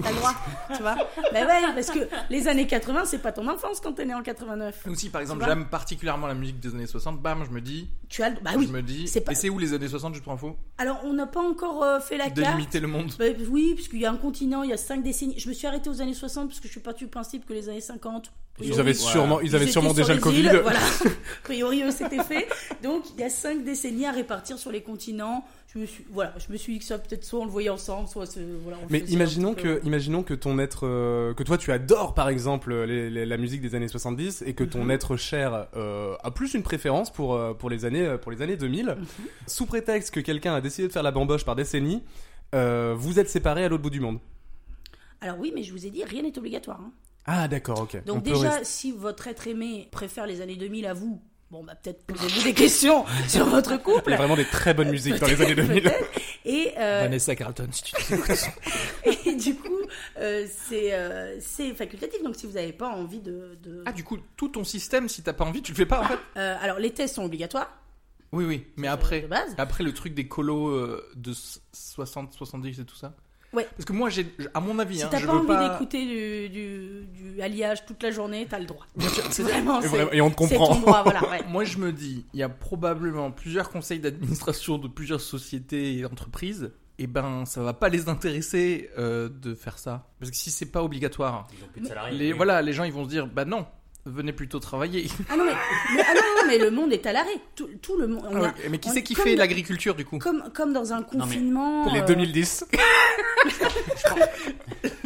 Speaker 5: t'as le droit, tu vois. Ben ouais, parce que les années 80, c'est pas ton enfance quand tu es né en 89.
Speaker 6: Ou si par exemple
Speaker 5: Tu vois
Speaker 6: j'aime particulièrement la musique des années 60, bam, je me dis,
Speaker 5: Tu as le- Bah oui.
Speaker 6: je me dis,
Speaker 5: c'est pas-
Speaker 6: et c'est où les années 60 juste pour info
Speaker 5: Alors, on n'a pas encore euh, fait la carte.
Speaker 6: Délimiter le monde.
Speaker 5: Bah, oui, parce qu'il y a un continent, il y a cinq décennies. Je me suis arrêtée aux années 60 parce que je suis partie du principe que les années 50. a
Speaker 4: Ils
Speaker 5: priori,
Speaker 4: avaient sûrement, ils avaient
Speaker 5: étaient
Speaker 4: sûrement
Speaker 5: sur
Speaker 4: déjà
Speaker 5: les
Speaker 4: le Covid.
Speaker 5: îles,
Speaker 4: *laughs*
Speaker 5: voilà. A priori, eux, c'était fait. Donc, il y a cinq décennies à répartir sur les continents. Je me suis, voilà, je me suis dit que ça peut-être soit on le voyait ensemble, soit ce- voilà, on le
Speaker 4: Mais
Speaker 5: faisait un
Speaker 4: imaginons
Speaker 5: petit peu.
Speaker 4: que, imaginons que ton être, euh, que toi tu adores par exemple les- les- la musique des années 70 et que
Speaker 5: Mhm.
Speaker 4: ton être cher euh, a plus une préférence pour euh, pour les années euh, pour les années 2000,
Speaker 5: Mhm.
Speaker 4: sous prétexte que quelqu'un a décidé de faire la bamboche par décennie, euh, vous êtes séparés à l'autre bout du monde.
Speaker 5: Alors oui, mais je vous ai dit, rien n'est obligatoire. hein.
Speaker 4: Ah d'accord, ok.
Speaker 5: Donc
Speaker 4: On peut
Speaker 5: déjà,
Speaker 4: rester-
Speaker 5: si votre être aimé préfère les années 2000 à vous, bon, bah peut-être posez-vous des questions *laughs* sur votre
Speaker 4: il y
Speaker 5: couple.
Speaker 4: a vraiment des très
Speaker 5: *laughs*
Speaker 4: bonnes musiques dans les années 2000.
Speaker 5: Peut-être. Et euh,
Speaker 6: Vanessa Carlton, si tu
Speaker 5: *laughs* Et du coup, euh, c'est euh, c'est facultatif. Donc, si vous n'avez pas envie de. de-
Speaker 6: Ah, du coup, tout ton système, si t'as pas envie, tu le fais pas en fait
Speaker 5: Euh, alors, les tests sont obligatoires.
Speaker 6: Oui, oui, mais
Speaker 5: de
Speaker 6: après,
Speaker 5: base.
Speaker 6: après le truc des colos euh, de s- 60, 70 et tout ça
Speaker 5: Ouais.
Speaker 6: Parce que moi, j'ai, à mon avis,
Speaker 5: Si
Speaker 6: hein,
Speaker 5: t'as
Speaker 6: je
Speaker 5: pas
Speaker 6: veux
Speaker 5: envie
Speaker 6: pas.
Speaker 5: d'écouter du, du, du alliage toute la journée, t'as le droit. C'est vraiment.
Speaker 4: Et,
Speaker 5: c'est-
Speaker 4: vraiment- et on te
Speaker 5: C'est
Speaker 4: comprend.
Speaker 5: ton droit, voilà.
Speaker 6: *laughs*
Speaker 5: ouais.
Speaker 6: Moi, je me dis, il y a probablement plusieurs conseils d'administration de plusieurs sociétés et entreprises. Et ben, ça va pas les intéresser euh, de faire ça, parce que si c'est pas obligatoire,
Speaker 7: Ils ont plus de salariés.
Speaker 6: les voilà, les gens ils vont se dire, bah non, venez plutôt travailler.
Speaker 5: Ah non, mais, mais- ah non, non, mais le monde est à l'arrêt. Tout, tout le monde. on a-
Speaker 6: Ah mais qui
Speaker 5: on-
Speaker 6: c'est qui
Speaker 5: comme
Speaker 6: fait
Speaker 5: dans-
Speaker 6: l'agriculture du coup
Speaker 5: Comme, comme dans un
Speaker 7: mais-
Speaker 5: confinement.
Speaker 4: Les
Speaker 5: euh,
Speaker 4: 2010.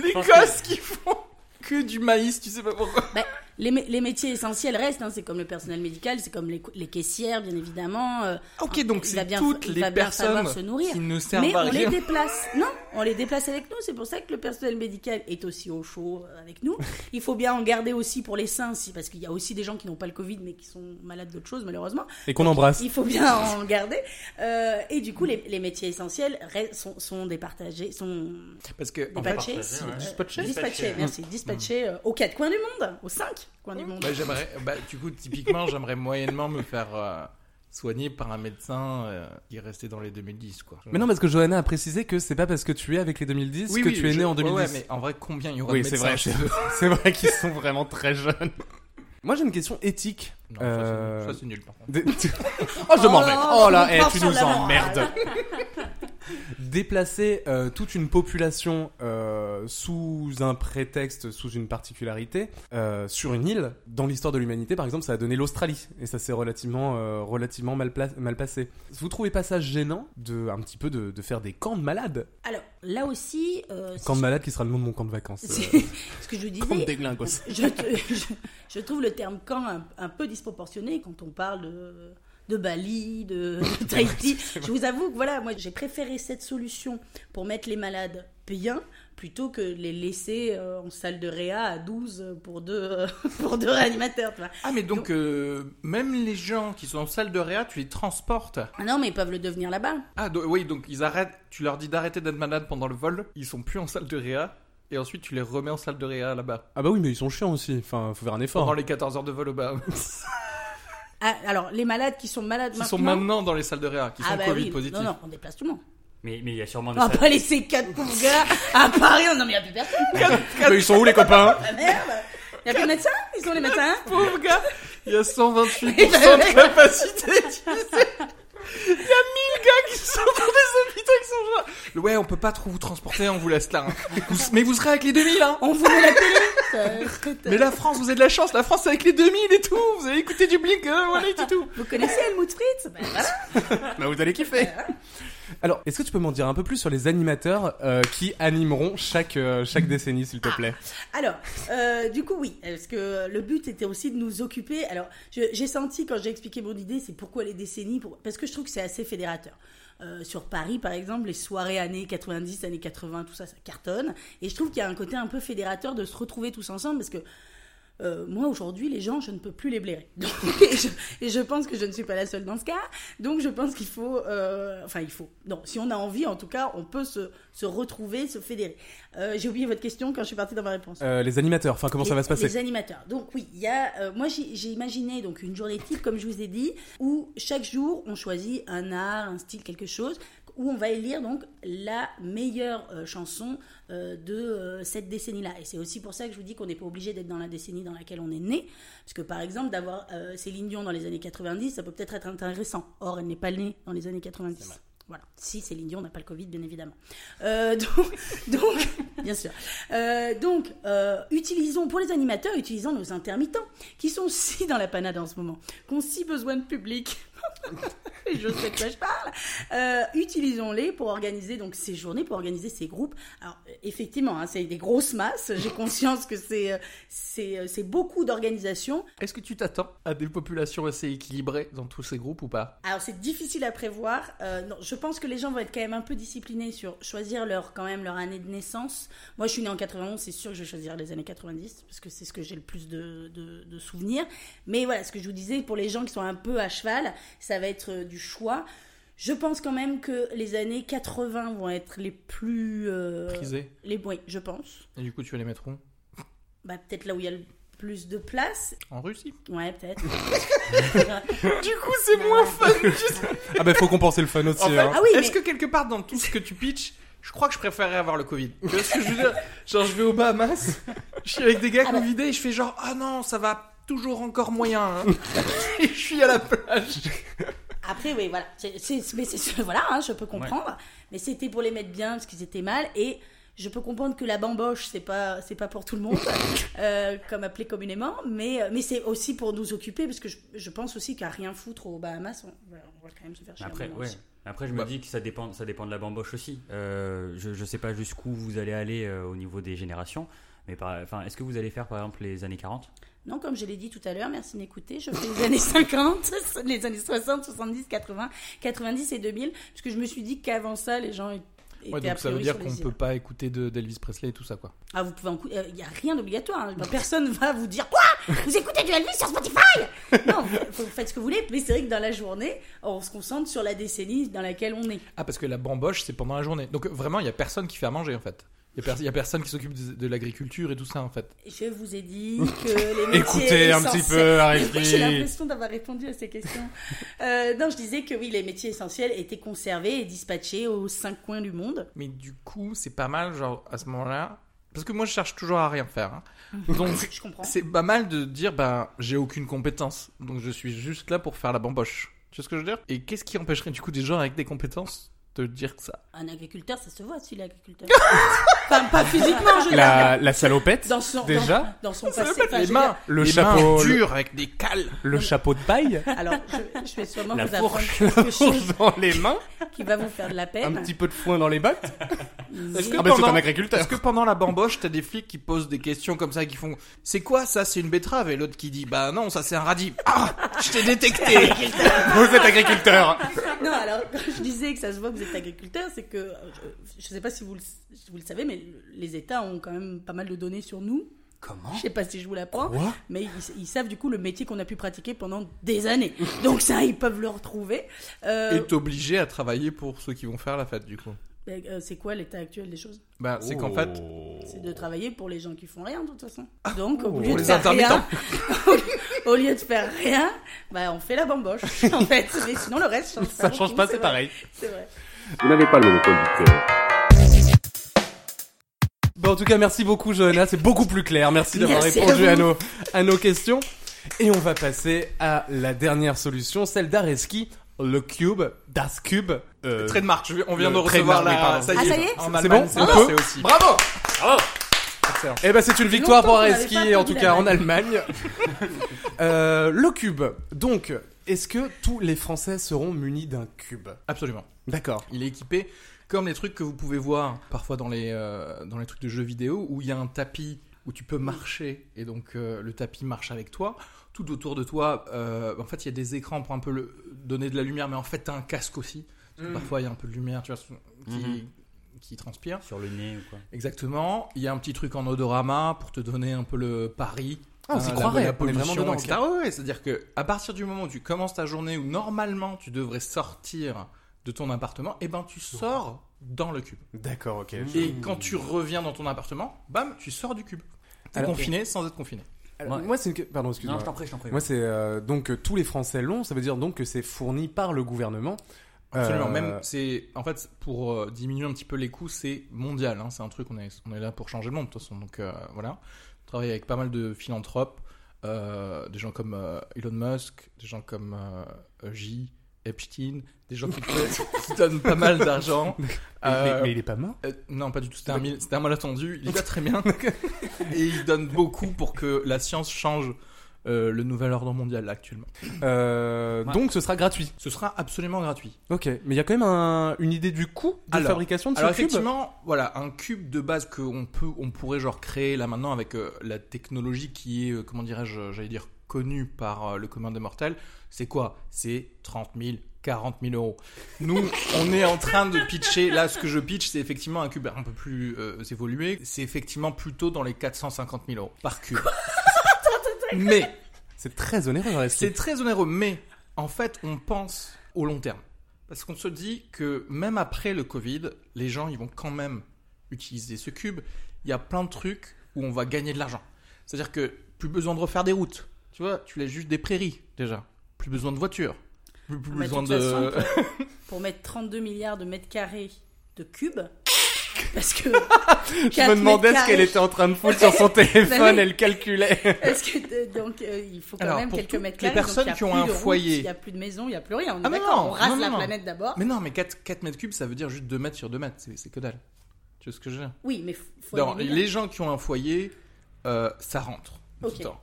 Speaker 6: Les
Speaker 7: pense
Speaker 6: gosses qui font que du maïs, tu sais pas pourquoi.
Speaker 5: les, mé- les métiers essentiels restent. hein. c'est comme le personnel médical, c'est comme les, cou- les caissières, bien évidemment. euh,
Speaker 6: Ok, donc
Speaker 5: Il va
Speaker 6: c'est
Speaker 5: bien-
Speaker 6: toutes
Speaker 5: il
Speaker 6: les
Speaker 5: va bien savoir
Speaker 6: personnes
Speaker 5: se nourrir.
Speaker 6: qui ne servent
Speaker 5: Mais
Speaker 6: à
Speaker 5: on les
Speaker 6: rien.
Speaker 5: déplace. Non, on les déplace avec nous. C'est pour ça que le personnel médical est aussi au chaud euh, avec nous. Il faut bien en garder aussi pour les seins, si, parce qu'il y a aussi des gens qui n'ont pas le Covid mais qui sont malades d'autres choses, malheureusement.
Speaker 4: Et qu'on embrasse.
Speaker 5: Il faut bien en garder. Euh, et du coup, les, les métiers essentiels re- sont, sont départagés, sont
Speaker 6: Parce que en fait,
Speaker 5: dispatchés.
Speaker 7: partagés,
Speaker 5: si-
Speaker 7: ouais.
Speaker 5: euh,
Speaker 6: Dispatchés
Speaker 5: dispatchés, merci. Dispatchés euh, aux quatre coins du monde, aux cinq coins du monde.
Speaker 6: Bah, j'aimerais, bah, du coup, typiquement, j'aimerais moyennement me faire euh, soigner par un médecin euh, qui restait dans les 2010, quoi.
Speaker 4: Mais non, parce que Johanna a précisé que c'est pas parce que tu es avec les 2010 que tu es né
Speaker 6: je-
Speaker 4: en
Speaker 6: ouais,
Speaker 4: 2010.
Speaker 6: Ouais, mais en vrai, combien il y aura
Speaker 4: Oui,
Speaker 6: de
Speaker 4: c'est
Speaker 6: médecins
Speaker 4: vrai.
Speaker 6: chez
Speaker 4: C'est
Speaker 6: eux
Speaker 4: c'est vrai qu'ils sont vraiment très jeunes. Moi, j'ai une question éthique.
Speaker 6: Non,
Speaker 4: Euh,
Speaker 6: ça, c'est nul. Ça, c'est nul, par contre.
Speaker 4: Des- oh, je
Speaker 5: Oh
Speaker 4: m'en vais.
Speaker 5: là,
Speaker 4: Oh là,
Speaker 5: on
Speaker 4: eh,
Speaker 5: part
Speaker 4: tu
Speaker 5: sur
Speaker 4: nous
Speaker 5: la morale. *laughs*
Speaker 4: emmerdes. Déplacer euh, toute une population euh, sous un prétexte, sous une particularité, euh, sur une île, dans l'histoire de l'humanité, par exemple, ça a donné l'Australie. Et ça s'est relativement, euh, relativement mal, pla- mal passé. Vous trouvez pas ça gênant de, un petit peu de, de faire des camps de malades
Speaker 5: Alors, là aussi, euh, si
Speaker 4: Camp de
Speaker 5: je-
Speaker 4: malades qui sera le nom de mon camp de vacances.
Speaker 5: *laughs* c'est-
Speaker 4: euh,
Speaker 5: ce que je vous disais,
Speaker 4: camp de déglingos.
Speaker 5: je, te- *laughs* je- je trouve le terme camp un, un peu disproportionné quand on parle de, de Bali, de,
Speaker 6: *laughs*
Speaker 5: de Tahiti. je vous avoue que voilà, moi j'ai préféré cette solution pour mettre les malades payants plutôt que de les laisser euh, en salle de réa à 12 pour deux, *laughs* euh, pour deux réanimateurs. tu vois.
Speaker 6: Ah, mais donc, euh, même les gens qui sont en salle de réa, tu les transportes.
Speaker 5: Ah non, mais ils peuvent le devenir là-bas.
Speaker 6: Ah, do- oui, donc ils arrêtent. Tu leur dis d'arrêter d'être malade pendant le vol. Ils sont plus en salle de réa. Et ensuite, tu les remets en salle de réa là-bas.
Speaker 4: Ah bah oui, mais ils sont chiants aussi. Enfin, faut faire un effort.
Speaker 6: Pendant les 14 heures de vol au bas. *laughs*
Speaker 5: Ah, alors, les malades qui sont malades
Speaker 6: qui
Speaker 5: maintenant...
Speaker 6: sont maintenant dans les salles de réa, qui sont
Speaker 5: ah bah
Speaker 6: Covid
Speaker 5: oui,
Speaker 6: positifs.
Speaker 5: Non, non, on déplace tout le monde.
Speaker 7: Mais mais il y a sûrement des
Speaker 5: On va
Speaker 7: salles-
Speaker 5: pas laisser 4 pauvres gars à Paris. Non, mais il n'y a plus personne.
Speaker 4: Mais ils sont où les copains
Speaker 5: Ah, merde. Il n'y a plus de médecins Ils sont les médecins hein
Speaker 6: Pauvre gars, il y a 128%
Speaker 5: Et bah ouais.
Speaker 6: de
Speaker 5: *laughs*
Speaker 6: capacité utilisée. Il y a 1000 gars qui sont dans des hôpitaux qui sont genre. Ouais, on peut pas trop vous transporter, on vous laisse là. hein. Vous- Mais vous serez avec les 2000, hein.
Speaker 5: On vous met la télé Ça serait-
Speaker 6: Mais la France, vous avez de la chance, la France est avec les 2000 et tout. Vous avez écouté du Blink, euh, voilà et tout.
Speaker 5: Vous connaissez Helmut Fritz Ben voilà.
Speaker 4: Bah vous allez kiffer. Alors, est-ce que tu peux m'en dire un peu plus sur les animateurs euh, qui animeront chaque, euh, chaque décennie, s'il te plaît
Speaker 5: Alors, euh, du coup, oui, parce que le but était aussi de nous occuper. Alors, je- j'ai senti quand j'ai expliqué mon idée, c'est pourquoi les décennies, pour- parce que je trouve que c'est assez fédérateur. Euh, sur Paris, par exemple, les soirées années 90, années 80, tout ça, ça cartonne. Et je trouve qu'il y a un côté un peu fédérateur de se retrouver tous ensemble, parce que euh, moi aujourd'hui les gens je ne peux plus les blairer *laughs* Donc, et, je, et je pense que je ne suis pas la seule dans ce cas donc je pense qu'il faut euh, enfin il faut non si on a envie en tout cas on peut se, se retrouver se fédérer Euh, j'ai oublié votre question quand je suis partie dans ma réponse
Speaker 4: Euh, Les animateurs, enfin comment ça
Speaker 5: les-
Speaker 4: va se passer
Speaker 5: Les animateurs. Donc oui, il y a, euh, moi j'ai j'ai imaginé donc une journée type, comme je vous ai dit, où chaque jour on choisit un art, un style, quelque chose, où on va élire donc la meilleure euh, chanson euh, de euh, cette décennie-là. Et c'est aussi pour ça que je vous dis qu'on n'est pas obligé d'être dans la décennie dans laquelle on est né, parce que par exemple d'avoir euh, Céline Dion dans les années 90, ça peut peut-être être intéressant. Or elle n'est pas née dans les années 90. Voilà. Si Céline Dion n'a pas le Covid, bien évidemment. Euh, donc, *laughs* donc, bien sûr. Euh, donc, euh, utilisons, pour les animateurs, utilisons nos intermittents, qui sont *laughs* si dans la panade en ce moment, qui ont si besoin de public. *laughs* je sais de quoi je parle. Euh, utilisons-les pour organiser donc ces journées, pour organiser ces groupes. Alors, euh, effectivement, hein, c'est des grosses masses. J'ai conscience que c'est, euh, c'est, euh, c'est beaucoup d'organisations.
Speaker 6: Est-ce que tu t'attends à des populations assez équilibrées dans tous ces groupes ou pas
Speaker 5: Alors c'est difficile à prévoir. Euh, non, je pense que les gens vont être quand même un peu disciplinés sur choisir leur quand même leur année de naissance. Moi, je suis née en 91, c'est sûr que je vais choisir les années 90 parce que c'est ce que j'ai le plus de, de- de souvenirs. Mais voilà, ce que je vous disais pour les gens qui sont un peu à cheval, ça va être euh, du choix. Je pense quand même que les années 80 vont être les plus euh,
Speaker 6: Prisées.
Speaker 5: les oui, je pense.
Speaker 6: Et du coup, tu les mettrons
Speaker 5: Bah peut-être là où il y a le plus de place.
Speaker 6: en Russie.
Speaker 5: Ouais,
Speaker 6: *laughs*
Speaker 5: peut-être. *laughs*
Speaker 6: Du coup, c'est moins fun.
Speaker 4: Ah bah faut compenser le fun aussi.
Speaker 6: En fait,
Speaker 4: hein.
Speaker 5: Ah oui,
Speaker 6: Est-ce que
Speaker 5: mais-
Speaker 6: quelque part dans tout ce que tu pitches, je crois que je préférerais avoir le Covid. Tu vois ce que je veux *laughs* dire Genre, je vais au Bahamas, je suis avec des gars
Speaker 5: Ah bah.
Speaker 6: Covidés et je fais genre, ah non, ça va toujours encore moyen. *laughs* hein. et je suis à la plage.
Speaker 5: Après, oui, voilà. C'est- c'est- mais c'est- *laughs* voilà, hein, je peux comprendre. Mais c'était pour les mettre bien parce qu'ils étaient mal. Et je peux comprendre que la bamboche, c'est pas, c'est pas pour tout le
Speaker 7: *laughs*
Speaker 5: monde, euh, comme appelé communément. Mais, euh, mais c'est aussi pour nous occuper parce que je, je pense aussi qu'à rien foutre aux Bahamas, on, on va quand même se faire chier. un
Speaker 7: Après,
Speaker 5: moment
Speaker 7: ouais.
Speaker 5: aussi.
Speaker 7: Après, je me
Speaker 6: Bah.
Speaker 7: dis que ça dépend, ça dépend de la bamboche aussi. Euh, je, je sais pas jusqu'où vous allez aller euh, au niveau des générations, mais par- enfin, est-ce que vous allez faire par exemple les années 40
Speaker 5: Non, comme je l'ai dit tout à l'heure, merci d'écouter. Je fais les années *laughs* 50, les années 60, 70, 80, 90 et 2000. Parce que je me suis dit qu'avant ça, les gens étaient. a priori sur les îles.
Speaker 6: pas écouter d'Elvis Presley et tout ça, quoi.
Speaker 5: Ah, vous pouvez en cou- euh, Il n'y a rien
Speaker 4: *laughs*
Speaker 5: d'obligatoire. hein. Personne va vous dire quoi Vous écoutez du Elvis sur Spotify
Speaker 4: *laughs*
Speaker 5: Non, vous, vous faites ce que vous voulez. Mais c'est vrai que dans la journée, on se concentre sur la décennie dans laquelle on est.
Speaker 6: Ah, parce que la bamboche, c'est pendant la journée. Donc vraiment, il y a personne qui fait à manger, en fait. Il y, a personne qui s'occupe de, de l'agriculture et tout ça, en fait.
Speaker 5: Je vous ai dit que
Speaker 4: *laughs*
Speaker 5: les métiers
Speaker 4: Écoutez un petit
Speaker 5: *laughs* essentiels-
Speaker 4: peu,
Speaker 5: Mais oui, J'ai
Speaker 4: arrêtez.
Speaker 5: l'impression d'avoir répondu à ces questions. Euh, non, je disais que oui, les métiers essentiels étaient conservés et dispatchés aux cinq coins du monde.
Speaker 6: Mais du coup, c'est pas mal, genre, à ce moment-là... Parce que moi, je cherche toujours à rien faire. hein. Donc,
Speaker 5: Je comprends.
Speaker 6: C'est pas mal de dire, bah, j'ai aucune compétence, donc je suis juste là pour faire la bamboche. Tu sais ce que je veux dire Et qu'est-ce qui empêcherait du coup des gens avec des compétences de dire que ça
Speaker 5: Un agriculteur, ça se voit, si l'agriculteur.
Speaker 4: *laughs*
Speaker 5: Enfin, pas physiquement, je veux dire.
Speaker 4: La, la salopette,
Speaker 5: Dans son,
Speaker 4: déjà,
Speaker 5: dans, dans son passé. enfin, je
Speaker 6: Les
Speaker 5: veux
Speaker 6: mains,
Speaker 4: Le
Speaker 6: les
Speaker 4: chapeau,
Speaker 6: mains
Speaker 4: le-
Speaker 6: dures avec des cales.
Speaker 4: le chapeau de paille
Speaker 5: dire- Alors, je, je vais sûrement
Speaker 7: La
Speaker 5: vous apprendre quelque chose
Speaker 4: dans les mains,
Speaker 5: qui va vous faire de la
Speaker 4: un
Speaker 5: peine.
Speaker 4: petit peu de foin dans les bottes.
Speaker 5: Mais-
Speaker 6: Est-ce que,
Speaker 4: Ah bah c'est
Speaker 6: pendant-
Speaker 4: un agriculteur.
Speaker 6: est-ce que pendant la bamboche, t'as des flics qui posent des questions comme ça, qui font c'est quoi ça C'est une betterave Et
Speaker 4: *laughs* Euh,
Speaker 6: l'autre qui dit bah non, ça c'est un radis. Ah, je t'ai détecté.
Speaker 4: Vous êtes agriculteur
Speaker 5: Non, alors, quand je disais que ça se voit que vous êtes agriculteur, c'est que, euh, je ne sais pas si vous le, si vous le savez, mais le- les États ont quand même pas mal de données sur nous.
Speaker 7: Comment
Speaker 5: Je ne sais pas si je vous l'apprends.
Speaker 4: Quoi
Speaker 5: Mais ils, ils savent du coup le métier qu'on a pu pratiquer pendant des années. Donc ça, ils peuvent le retrouver. Euh,
Speaker 6: Et t'obliger à travailler pour ceux qui vont faire la fête, du coup.
Speaker 5: ben, euh, c'est quoi l'état actuel des choses
Speaker 6: Bah, c'est qu'en fait,
Speaker 5: Oh. C'est de travailler pour les gens qui font rien de toute façon. Donc au
Speaker 6: Ah,
Speaker 5: lieu
Speaker 6: pour
Speaker 5: de
Speaker 6: les
Speaker 5: faire rien,
Speaker 6: intermittents.
Speaker 5: *laughs* au lieu de faire rien, bah on fait
Speaker 6: *laughs*
Speaker 5: la bamboche en fait. Mais sinon le reste change pas.
Speaker 4: Ça
Speaker 5: beaucoup,
Speaker 4: change pas, c'est
Speaker 5: vrai.
Speaker 4: pareil.
Speaker 5: C'est vrai.
Speaker 9: Vous n'avez pas le monopole du cœur.
Speaker 4: Bon, en tout cas, merci beaucoup, Johanna. C'est beaucoup plus clair. Merci d'avoir
Speaker 5: Merci
Speaker 4: répondu
Speaker 5: à
Speaker 4: à,
Speaker 5: vous.
Speaker 4: nos, à nos questions. Et on va passer à la dernière solution, celle d'Areski, le cube, Das Cube. euh,
Speaker 6: trademark, je- on vient
Speaker 4: le
Speaker 6: de
Speaker 4: trademark,
Speaker 6: recevoir
Speaker 4: oui,
Speaker 6: la.
Speaker 4: pardon.
Speaker 5: Ah, ça y est
Speaker 6: En
Speaker 4: C'est
Speaker 6: Allemagne,
Speaker 4: bon
Speaker 6: c'est
Speaker 4: On
Speaker 6: passé
Speaker 4: peut
Speaker 6: aussi.
Speaker 4: Bravo Eh ben c'est une victoire
Speaker 5: Longtemps
Speaker 4: pour
Speaker 5: qu'on n'avait
Speaker 4: Areski,
Speaker 5: pas
Speaker 4: en
Speaker 5: applaudi
Speaker 4: tout cas en
Speaker 5: l'Allemagne. *laughs*
Speaker 4: Allemagne. Euh, le cube. Donc, est-ce que tous les Français seront munis d'un cube
Speaker 6: Absolument.
Speaker 4: D'accord.
Speaker 6: Il est équipé comme les trucs que vous pouvez voir parfois dans les, euh, dans les trucs de jeux vidéo où il y a un tapis où tu peux marcher et donc euh, le tapis marche avec toi. Tout autour de toi, euh, en fait, il y a des écrans pour un peu le, donner de la lumière, mais en fait, t'as un casque aussi. Parce que Parfois, il y a un peu de lumière, tu vois, qui, qui transpire.
Speaker 7: Sur le nez ou quoi
Speaker 6: Exactement. Il y a un petit truc en odorama pour te donner un peu le pari. hein,
Speaker 4: Ah, on s'y
Speaker 6: la-
Speaker 4: croirait,
Speaker 6: la
Speaker 4: on est vraiment
Speaker 6: pollution,
Speaker 4: dedans,
Speaker 6: etc. Ouais, ouais, c'est-à-dire que à partir du moment où tu commences ta journée où normalement tu devrais sortir de ton appartement, et ben tu sors dans le cube.
Speaker 4: D'accord, ok.
Speaker 6: Et quand tu reviens dans ton appartement, bam, tu sors du cube. T'es
Speaker 4: Alors-
Speaker 6: confiné sans être confiné.
Speaker 4: Alors,
Speaker 7: Ouais.
Speaker 4: moi, c'est une... que- Pardon, excuse-moi.
Speaker 7: Non, je t'en prie, je t'en prie.
Speaker 4: Moi, c'est euh, donc euh, tous les Français l'ont. Ça veut dire donc que c'est fourni par le gouvernement.
Speaker 6: Absolument.
Speaker 4: Euh,
Speaker 6: Même c'est en fait pour euh, diminuer un petit peu les coûts, c'est mondial. hein. C'est un truc on est on est là pour changer le monde de toute façon. Donc euh, voilà, on travaille avec pas mal de philanthropes, euh, des gens comme euh, Elon Musk, des gens comme euh, J. Epstein, des
Speaker 4: *laughs*
Speaker 6: gens qui, qui donnent pas mal d'argent.
Speaker 4: mais,
Speaker 6: Euh,
Speaker 4: mais il est pas mort.
Speaker 6: euh, non, pas du tout. C'était un, mil- c'était un malentendu. Il va très
Speaker 4: *laughs*
Speaker 6: bien. Et il donne beaucoup pour que la science change euh, le nouvel ordre mondial là, actuellement.
Speaker 4: Euh,
Speaker 7: Ouais.
Speaker 4: Donc, ce sera gratuit.
Speaker 6: Ce sera absolument gratuit.
Speaker 4: Ok. Mais il y a quand même un- une idée du coût de
Speaker 6: Alors-
Speaker 4: fabrication de ce
Speaker 6: Alors
Speaker 4: cube.
Speaker 6: effectivement, voilà, un cube de base qu'on peut, on pourrait genre créer là maintenant avec euh, la technologie qui est, euh, comment dirais-je, j'allais dire connue par euh, le commun des mortels, c'est quoi C'est 30 000, 40 000 euros. Nous, on est en train de pitcher, là ce que je pitch, c'est effectivement un cube un peu plus euh, évolué, c'est effectivement plutôt dans les 450 000 euros par cube.
Speaker 4: *laughs*
Speaker 6: Mais,
Speaker 4: C'est très onéreux. hein, Areski.
Speaker 6: c'est très onéreux, mais en fait, on pense au long terme. Parce qu'on se dit que même après le Covid, les gens ils vont quand même utiliser ce cube. Il y a plein de trucs où on va gagner de l'argent. C'est-à-dire que plus besoin de refaire des routes. Tu vois, tu laisses juste des prairies déjà. Plus besoin de voitures. Plus, plus
Speaker 5: Ah, Mais de
Speaker 6: besoin
Speaker 5: toute
Speaker 6: de.
Speaker 5: façon, pour, pour mettre 32 milliards de mètres carrés de
Speaker 6: *laughs*
Speaker 5: cubes, parce que
Speaker 4: Je me demandais ce qu'elle était en train de foutre sur
Speaker 6: *laughs*
Speaker 4: son téléphone.
Speaker 5: Bah oui.
Speaker 4: Elle calculait. *laughs*
Speaker 5: Parce que euh, donc euh, il faut quand
Speaker 6: Alors,
Speaker 5: même
Speaker 6: pour
Speaker 5: quelques
Speaker 6: toutes
Speaker 5: mètres
Speaker 6: les
Speaker 5: carrés.
Speaker 6: personnes
Speaker 5: donc il y a
Speaker 6: qui ont
Speaker 5: plus
Speaker 6: un
Speaker 5: de route,
Speaker 6: foyer.
Speaker 5: il n'y a plus de maison, il n'y a plus rien. On est
Speaker 6: Ah, mais
Speaker 5: d'accord,
Speaker 6: non,
Speaker 5: on rase
Speaker 6: non,
Speaker 5: la
Speaker 6: non.
Speaker 5: planète d'abord.
Speaker 6: *laughs* Mais non, mais 4, 4 mètres cubes, ça veut dire juste 2 mètres sur 2 mètres. C'est c'est que dalle. Tu vois ce que je veux dire
Speaker 5: Oui, mais f- faut
Speaker 6: Non,
Speaker 5: éliminer.
Speaker 6: les gens qui ont un foyer, euh, ça rentre. tout
Speaker 5: Ok.
Speaker 6: le temps.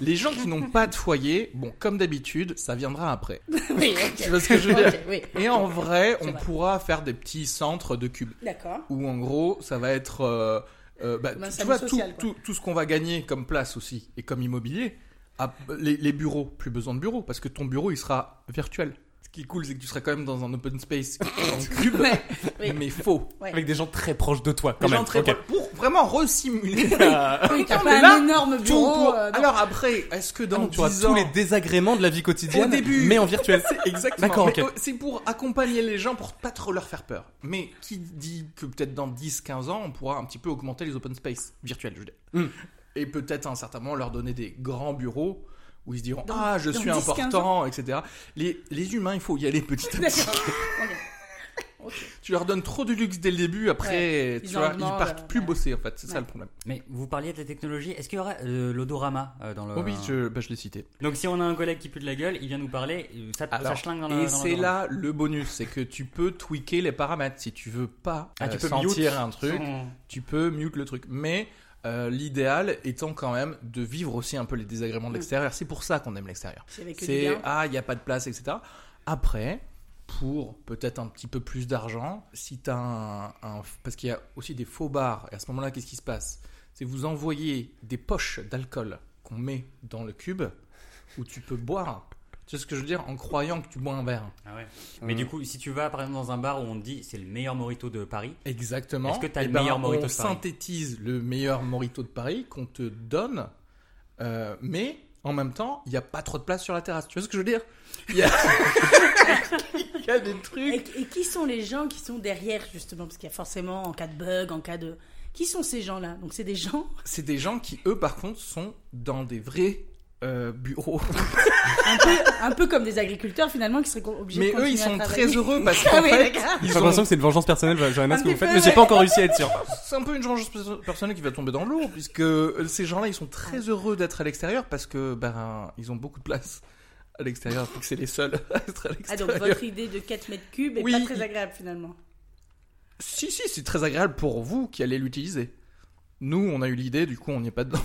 Speaker 6: Les gens qui n'ont pas de foyer, bon, comme d'habitude, ça viendra après.
Speaker 5: *laughs* oui, ok.
Speaker 6: Tu vois ce que je veux dire
Speaker 5: Ok, oui.
Speaker 6: Et
Speaker 5: *laughs*
Speaker 6: en vrai,
Speaker 5: C'est
Speaker 6: on
Speaker 5: vrai.
Speaker 6: pourra faire des petits centres de cubes
Speaker 5: D'accord.
Speaker 6: où en gros, ça va être. euh, euh, bah,
Speaker 5: Comme un
Speaker 6: tu- tu
Speaker 5: salon
Speaker 6: vois,
Speaker 5: social,
Speaker 6: tout,
Speaker 5: quoi.
Speaker 6: tout- tout ce qu'on va gagner comme place aussi et comme immobilier, à- les, les bureaux, plus besoin de bureaux, parce que ton bureau, il sera virtuel. Ce qui est cool, c'est que tu seras quand même dans un open
Speaker 5: *laughs*
Speaker 6: space, en cube,
Speaker 5: oui.
Speaker 6: mais faux.
Speaker 5: Ouais.
Speaker 4: Avec des gens très proches de toi, quand
Speaker 6: Les
Speaker 4: même.
Speaker 6: gens très-
Speaker 4: Ok. Ah,
Speaker 6: Pour vraiment resimuler
Speaker 5: Oui, t'as
Speaker 6: Non,
Speaker 5: pas
Speaker 6: mais là,
Speaker 5: un énorme
Speaker 6: tout
Speaker 5: bureau.
Speaker 6: pour-
Speaker 5: euh, non.
Speaker 6: Alors après, est-ce que
Speaker 4: Ah
Speaker 6: dans
Speaker 4: non, tu vois
Speaker 6: 10
Speaker 4: tous
Speaker 6: ans...
Speaker 4: les désagréments de la vie quotidienne
Speaker 6: Au début.
Speaker 4: mais en
Speaker 6: *laughs*
Speaker 4: virtuel.
Speaker 6: Exactement.
Speaker 4: D'accord,
Speaker 6: Mais,
Speaker 4: ok.
Speaker 6: euh, C'est pour accompagner les gens, pour pas trop leur faire peur. Mais qui dit que peut-être dans 10-15 ans, on pourra un petit peu augmenter les open space virtuels, je veux dire.
Speaker 4: Hmm.
Speaker 6: Et peut-être à un certain moment leur donner des grands bureaux où ils se diront
Speaker 5: Dans-
Speaker 6: Ah, je
Speaker 5: dans
Speaker 6: suis
Speaker 5: 10-15
Speaker 6: important, etc. Les, les humains, il faut y aller petit à petit.
Speaker 5: D'accord. Ok.
Speaker 6: tu leur donnes trop de luxe dès le début, après,
Speaker 5: Ils
Speaker 6: tu
Speaker 5: en
Speaker 6: vois, ils
Speaker 5: demandent,
Speaker 6: partent
Speaker 5: euh,
Speaker 6: plus
Speaker 5: ouais.
Speaker 6: bosser, en fait. C'est ça
Speaker 5: Ouais.
Speaker 6: le problème.
Speaker 7: Mais vous parliez de la technologie. Est-ce qu'il y aura euh, l'odorama euh, dans le.
Speaker 6: Oh oui, je, bah, je l'ai cité.
Speaker 7: Donc si on a un collègue qui pue de la gueule, il vient nous parler, euh, ça, ça
Speaker 6: Alors,
Speaker 7: chlingue dans le.
Speaker 6: Et
Speaker 7: dans
Speaker 6: c'est
Speaker 7: l'odorama.
Speaker 6: là le bonus, c'est que tu peux tweaker les paramètres. Si tu veux pas
Speaker 7: Ah, tu
Speaker 6: euh,
Speaker 7: peux
Speaker 6: sentir
Speaker 7: mute
Speaker 6: un truc,
Speaker 7: son-
Speaker 6: tu peux mute le truc. Mais euh, l'idéal étant quand même de vivre aussi un peu les
Speaker 7: Mm.
Speaker 6: désagréments de l'extérieur. C'est pour ça qu'on aime l'extérieur.
Speaker 5: S'il y avait que du
Speaker 6: C'est
Speaker 5: bien.
Speaker 6: ah, il n'y a pas de place, etc. Après, pour peut-être un petit peu plus d'argent, si tu un, un- Parce qu'il y a aussi des faux bars. Et à ce moment-là, qu'est-ce qui se passe C'est vous envoyez des poches d'alcool qu'on met dans le cube où tu peux boire. Tu sais ce que je veux dire En croyant que tu bois un verre.
Speaker 7: Ah ouais. Mais
Speaker 4: Euh.
Speaker 6: Mmh.
Speaker 7: du coup, si tu vas par exemple dans un bar où on te dit c'est le meilleur morito de Paris,
Speaker 6: Exactement.
Speaker 7: Est-ce que t'as
Speaker 6: Eh
Speaker 7: le
Speaker 6: ben,
Speaker 7: meilleur
Speaker 6: On
Speaker 7: Morito de Paris
Speaker 6: synthétise le meilleur morito de Paris qu'on te donne, euh, mais en même temps, il n'y a pas trop de place sur la terrasse. Tu vois ce que je veux dire Il y a... *laughs* il y a des
Speaker 5: Et,
Speaker 6: trucs.
Speaker 5: et qui sont les gens qui sont derrière, justement Parce qu'il y a forcément, en cas de bug, en cas de. Qui sont ces gens-là Donc, c'est des gens *laughs*
Speaker 6: C'est des gens qui, eux, par contre, sont dans des vrais euh, bureaux.
Speaker 5: un peu, un peu comme des agriculteurs, finalement, qui seraient con-
Speaker 6: *laughs*
Speaker 5: obligés
Speaker 6: mais
Speaker 5: de
Speaker 6: eux, ils
Speaker 5: continuer à
Speaker 6: sont très
Speaker 5: travailler.
Speaker 6: heureux
Speaker 5: *laughs*
Speaker 6: parce
Speaker 5: Ah
Speaker 6: qu'en
Speaker 5: oui,
Speaker 6: fait,
Speaker 5: d'accord.
Speaker 6: ils
Speaker 4: J'ai
Speaker 6: ont-
Speaker 4: l'impression que c'est une vengeance personnelle, Johanna, ce que
Speaker 5: petit
Speaker 4: vous faites,
Speaker 5: peu,
Speaker 4: mais j'ai
Speaker 5: ouais.
Speaker 4: pas encore réussi à être sûr.
Speaker 6: c'est un peu une vengeance perso- personnelle qui va tomber dans l'eau, puisque euh, ces gens-là, ils sont très heureux d'être à l'extérieur parce que, ben, ils ont beaucoup de place à l'extérieur, vu que c'est les seuls *laughs* à être à l'extérieur.
Speaker 5: Ah, donc votre idée de 4 mètres cubes est
Speaker 6: Oui,
Speaker 5: pas très
Speaker 6: il-
Speaker 5: agréable,
Speaker 6: *laughs*
Speaker 5: finalement.
Speaker 6: Si, si, c'est très agréable pour vous qui allez l'utiliser. Nous, on a eu l'idée, du coup, on n'y est pas dedans.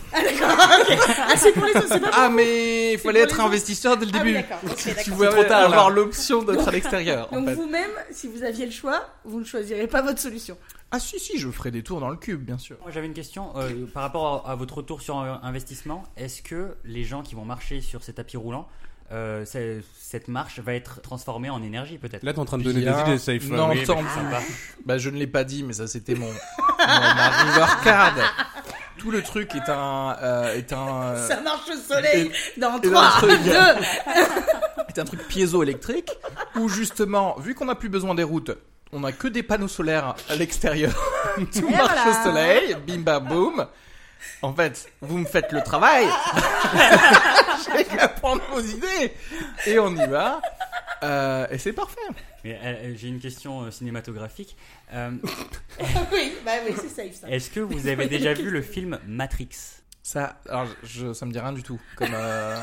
Speaker 5: Ah, c'est pour les autres, c'est pas
Speaker 6: Ah, mais il fallait
Speaker 5: pour
Speaker 6: être
Speaker 5: les autres.
Speaker 6: investisseur dès le
Speaker 5: Ah oui,
Speaker 6: début.
Speaker 5: d'accord, ok,
Speaker 6: *laughs* tu
Speaker 5: d'accord.
Speaker 6: voulais
Speaker 4: C'est trop tard, là.
Speaker 6: avoir l'option d'être à l'extérieur, en
Speaker 5: Donc
Speaker 6: fait.
Speaker 5: vous-même, si vous aviez le choix, vous ne choisirez pas votre solution.
Speaker 6: Ah, si, si, je ferai des tours dans le cube, bien sûr.
Speaker 7: Moi, j'avais une question euh, par rapport à, à votre retour sur euh, investissement. Est-ce que les gens qui vont marcher sur ces tapis roulants, euh, c'est- cette marche va être transformée en énergie peut-être
Speaker 4: Là, t'es en train de donner des idées, Safe.
Speaker 6: Non,
Speaker 4: Oui,
Speaker 6: tant
Speaker 7: Ça va.
Speaker 6: Bah, je ne l'ai pas dit, mais ça, c'était mon, mon- ma river card. Tout le truc est un, euh, est un,
Speaker 5: Ça marche au soleil dans
Speaker 6: et
Speaker 5: 3,
Speaker 6: dans le truc,
Speaker 5: 2...
Speaker 6: est un truc piézoélectrique où justement, vu qu'on n'a plus besoin des routes, on n'a que des panneaux solaires à l'extérieur. *laughs* Tout
Speaker 5: Et
Speaker 6: marche
Speaker 5: voilà.
Speaker 6: au soleil, bim bam boum. En fait, vous me faites le
Speaker 5: *laughs*
Speaker 6: travail. *laughs* J'ai qu'à prendre vos idées et on y va. Euh, et c'est parfait.
Speaker 7: Mais, euh, J'ai une question euh, cinématographique.
Speaker 6: *laughs*
Speaker 7: Euh,
Speaker 5: *laughs* oui, bah oui, c'est safe ça.
Speaker 7: Est-ce que vous avez déjà vu le film Matrix
Speaker 6: Ça, alors je, ça me dit rien du tout comme euh,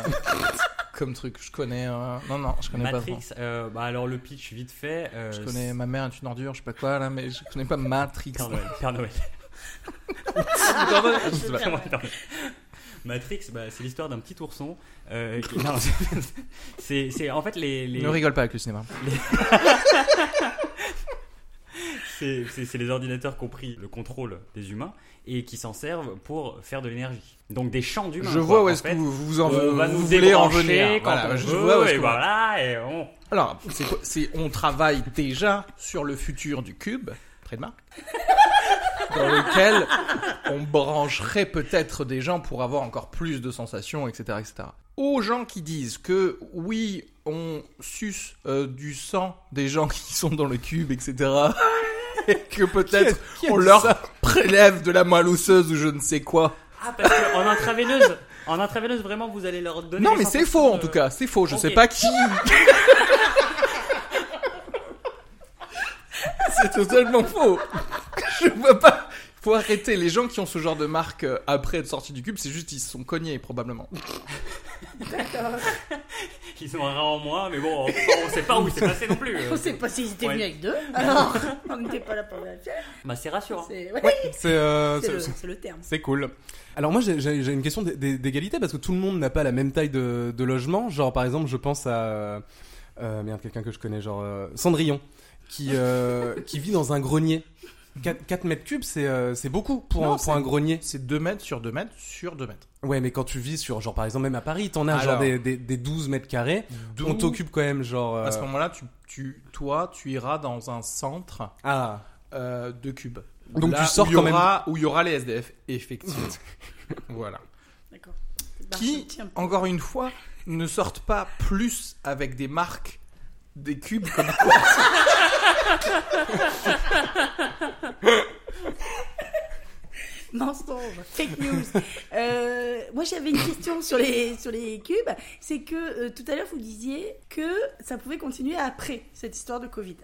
Speaker 6: *laughs* comme truc. Je connais. euh, non non, je connais pas.
Speaker 7: Matrix,
Speaker 6: vraiment.
Speaker 7: euh, bah alors le pitch vite fait. euh,
Speaker 6: Je connais ma mère est une ordure, je sais pas quoi là, mais je connais pas Matrix.
Speaker 7: Père Noël.
Speaker 6: *laughs*
Speaker 7: Père Noël.
Speaker 6: Je sais pas.
Speaker 7: Père Noël. Matrix, bah, c'est l'histoire d'un petit ourson. euh, qui- non, *laughs* c'est- c'est c'est- en fait les, les-
Speaker 6: Ne rigole pas avec le cinéma.
Speaker 7: c'est c'est- c'est les ordinateurs qui ont pris le contrôle des humains et qui s'en servent pour faire de l'énergie. Donc des champs d'humains.
Speaker 6: Je
Speaker 7: quoi,
Speaker 6: vois où
Speaker 7: en
Speaker 6: est-ce
Speaker 7: fait.
Speaker 6: que vous, vous en
Speaker 7: On va
Speaker 6: vous
Speaker 7: nous
Speaker 6: voulez en
Speaker 7: débrancher
Speaker 6: venir.
Speaker 7: quand
Speaker 6: Voilà,
Speaker 7: on
Speaker 6: je
Speaker 7: veut,
Speaker 6: vois où est-ce
Speaker 7: et
Speaker 6: que vous-
Speaker 7: voilà, et on-
Speaker 6: Alors, c'est quoi- c'est- on travaille déjà sur le futur du cube, après-demain, dans lequel on brancherait peut-être des gens pour avoir encore plus de sensations, etc., etc. Aux gens qui disent que oui, on suce euh, du sang des gens *laughs* qui sont dans le cube, etc. *laughs* et que peut-être on leur prélève de la moelle osseuse ou je ne sais quoi.
Speaker 7: Ah, parce que en intraveineuse, en intraveineuse, vraiment, vous allez leur donner.
Speaker 6: Non,
Speaker 7: les
Speaker 6: mais c'est
Speaker 7: sensations
Speaker 6: faux en
Speaker 7: de-
Speaker 6: tout cas, c'est faux. Je
Speaker 7: Ok.
Speaker 6: sais
Speaker 4: *laughs*
Speaker 6: pas qui. c'est totalement faux. Je vois pas. Faut arrêter les gens qui ont ce genre de marque euh, après être sortis du cube, c'est juste ils se sont cognés probablement.
Speaker 7: Ils ont un rat en moins, mais bon, on, on sait pas où c'est passé non
Speaker 6: *laughs*
Speaker 7: plus.
Speaker 5: On sait pas s'ils étaient
Speaker 7: Ouais.
Speaker 5: venus avec deux, alors on n'était pas là pour vérifier.
Speaker 7: Bah, c'est rassurant.
Speaker 5: C'est ouais,
Speaker 4: C'est euh,
Speaker 5: c'est
Speaker 4: c'est-
Speaker 5: le, c'est le terme.
Speaker 4: C'est cool. Alors moi j'ai- j'ai j'ai une question d'é- d'é- d'égalité parce que tout le monde n'a pas la même taille de, de logement. Genre par exemple je pense à euh, merde quelqu'un que je connais genre euh, Cendrillon qui
Speaker 6: *laughs*
Speaker 4: euh, qui vit dans un grenier. 4, mètres cubes c'est euh, c'est beaucoup pour, un,
Speaker 6: Non,
Speaker 4: pour
Speaker 6: c'est-
Speaker 4: un grenier.
Speaker 6: C'est 2 mètres sur 2 mètres sur 2 mètres.
Speaker 4: Ouais mais quand tu vis sur genre par exemple même à Paris t'en as genre
Speaker 6: Alors.
Speaker 4: des, des, des 12 mètres carrés. On t'occupe quand même genre... euh,
Speaker 6: À ce moment-là, tu, tu, toi, tu iras dans un centre
Speaker 4: Ah
Speaker 6: euh, de cubes.
Speaker 4: Donc
Speaker 6: Là
Speaker 4: tu sors
Speaker 6: où il y
Speaker 4: quand même-
Speaker 6: aura- Où il y aura les SDF,
Speaker 4: *laughs*
Speaker 6: effectivement. voilà.
Speaker 5: D'accord. Bah,
Speaker 6: qui,
Speaker 5: tiens.
Speaker 6: encore une fois, ne sortent pas plus avec des marques des cubes comme quoi.
Speaker 5: Mensonge, fake news. Euh, moi, j'avais une question sur les, sur les cubes. C'est que euh, tout à l'heure, vous disiez que ça pouvait continuer après cette histoire de Covid.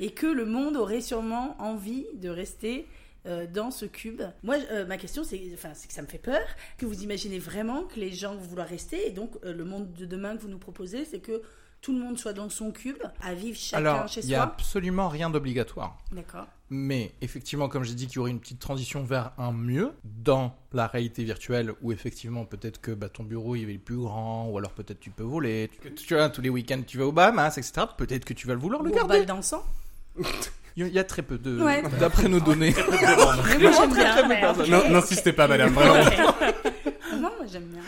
Speaker 5: Et que le monde aurait sûrement envie de rester euh, dans ce cube. Moi, euh, ma question, c'est enfin, c'est que ça me fait peur. Que vous imaginez vraiment que les gens vont vouloir rester. Et donc, euh, le monde de demain que vous nous proposez, c'est que tout le monde soit dans son cube, à vivre chacun
Speaker 6: Alors,
Speaker 5: chez
Speaker 6: il n'y a
Speaker 5: soi.
Speaker 6: absolument rien d'obligatoire.
Speaker 5: D'accord.
Speaker 6: Mais effectivement, comme j'ai dit qu'il y aurait une petite transition vers un mieux dans la réalité virtuelle, où effectivement peut-être que bah, ton bureau il est plus grand, ou alors peut-être tu peux voler, tu, tu vois, tous les week-ends tu vas au Bahamas, etc. Peut-être que tu vas le vouloir le
Speaker 5: Ou en
Speaker 6: garder.
Speaker 5: balle dansant.
Speaker 6: Il y a- il y a très peu de,
Speaker 5: bah, Ouais.
Speaker 6: d'après
Speaker 5: *laughs*
Speaker 6: nos données.
Speaker 5: Mais moi, j'aime bien.
Speaker 6: *laughs*
Speaker 4: Non, N'insistez pas madame, vraiment.
Speaker 5: Non, moi, j'aime bien.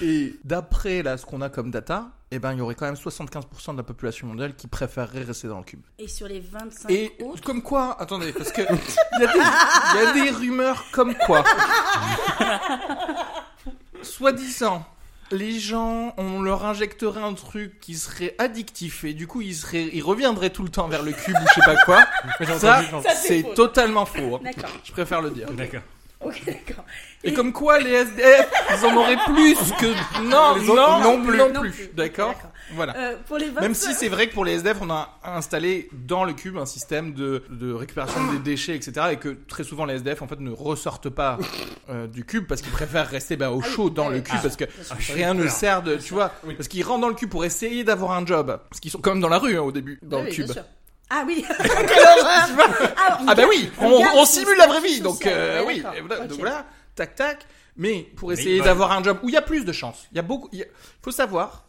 Speaker 6: Et d'après là, ce qu'on a comme data, eh ben, il y aurait quand même 75% de la population mondiale qui préférerait rester dans le cube.
Speaker 5: Et sur les 25
Speaker 6: Et
Speaker 5: autres.
Speaker 6: comme quoi, attendez, parce que il y, a des- il y a des rumeurs comme quoi. Soi-disant, les gens, on leur injecterait un truc qui serait addictif et du coup ils, seraient, ils reviendraient tout le temps vers le cube ou je sais pas quoi. Ça, c'est
Speaker 5: faux.
Speaker 6: totalement faux. hein.
Speaker 5: D'accord,
Speaker 6: Je préfère le dire.
Speaker 7: D'accord.
Speaker 5: ok, d'accord.
Speaker 6: Et, comme quoi les SDF, ils en auraient plus que non,
Speaker 4: Les
Speaker 6: non,
Speaker 4: autres,
Speaker 6: non plus,
Speaker 5: non plus.
Speaker 6: D'accord.
Speaker 5: D'accord.
Speaker 6: Voilà.
Speaker 5: Euh, pour les 25
Speaker 6: Même si c'est vrai que pour les SDF, on a installé dans le cube un système de, de récupération des déchets, etc. Et que très souvent les SDF en fait ne ressortent pas euh, du cube parce qu'ils préfèrent rester bah, au
Speaker 5: Ah oui,
Speaker 6: chaud dans
Speaker 5: ah
Speaker 6: le
Speaker 5: oui,
Speaker 6: cube
Speaker 5: ah,
Speaker 6: parce que
Speaker 5: bien sûr.
Speaker 6: rien ne sert de, tu vois,
Speaker 4: Oui.
Speaker 6: parce qu'ils rentrent dans le cube pour essayer d'avoir un job, parce qu'ils sont quand même dans la rue hein, au début dans
Speaker 5: Ah
Speaker 6: le
Speaker 5: Oui, oui,
Speaker 6: cube.
Speaker 5: bien sûr. Ah
Speaker 6: *laughs*
Speaker 5: oui *laughs*
Speaker 6: Tu vois
Speaker 5: Ah, on
Speaker 6: ah bah
Speaker 5: garde-
Speaker 6: oui, on,
Speaker 5: on garde
Speaker 6: on
Speaker 5: le
Speaker 6: simule la vraie vie,
Speaker 5: social,
Speaker 6: donc euh,
Speaker 5: ouais,
Speaker 6: oui.
Speaker 5: d'accord,
Speaker 6: et voilà,
Speaker 5: ok.
Speaker 6: donc voilà, tac tac. Mais pour
Speaker 7: Mais
Speaker 6: essayer
Speaker 7: ils veulent.
Speaker 6: d'avoir un job où il y a plus de chances, il y a beaucoup. Il y a- faut savoir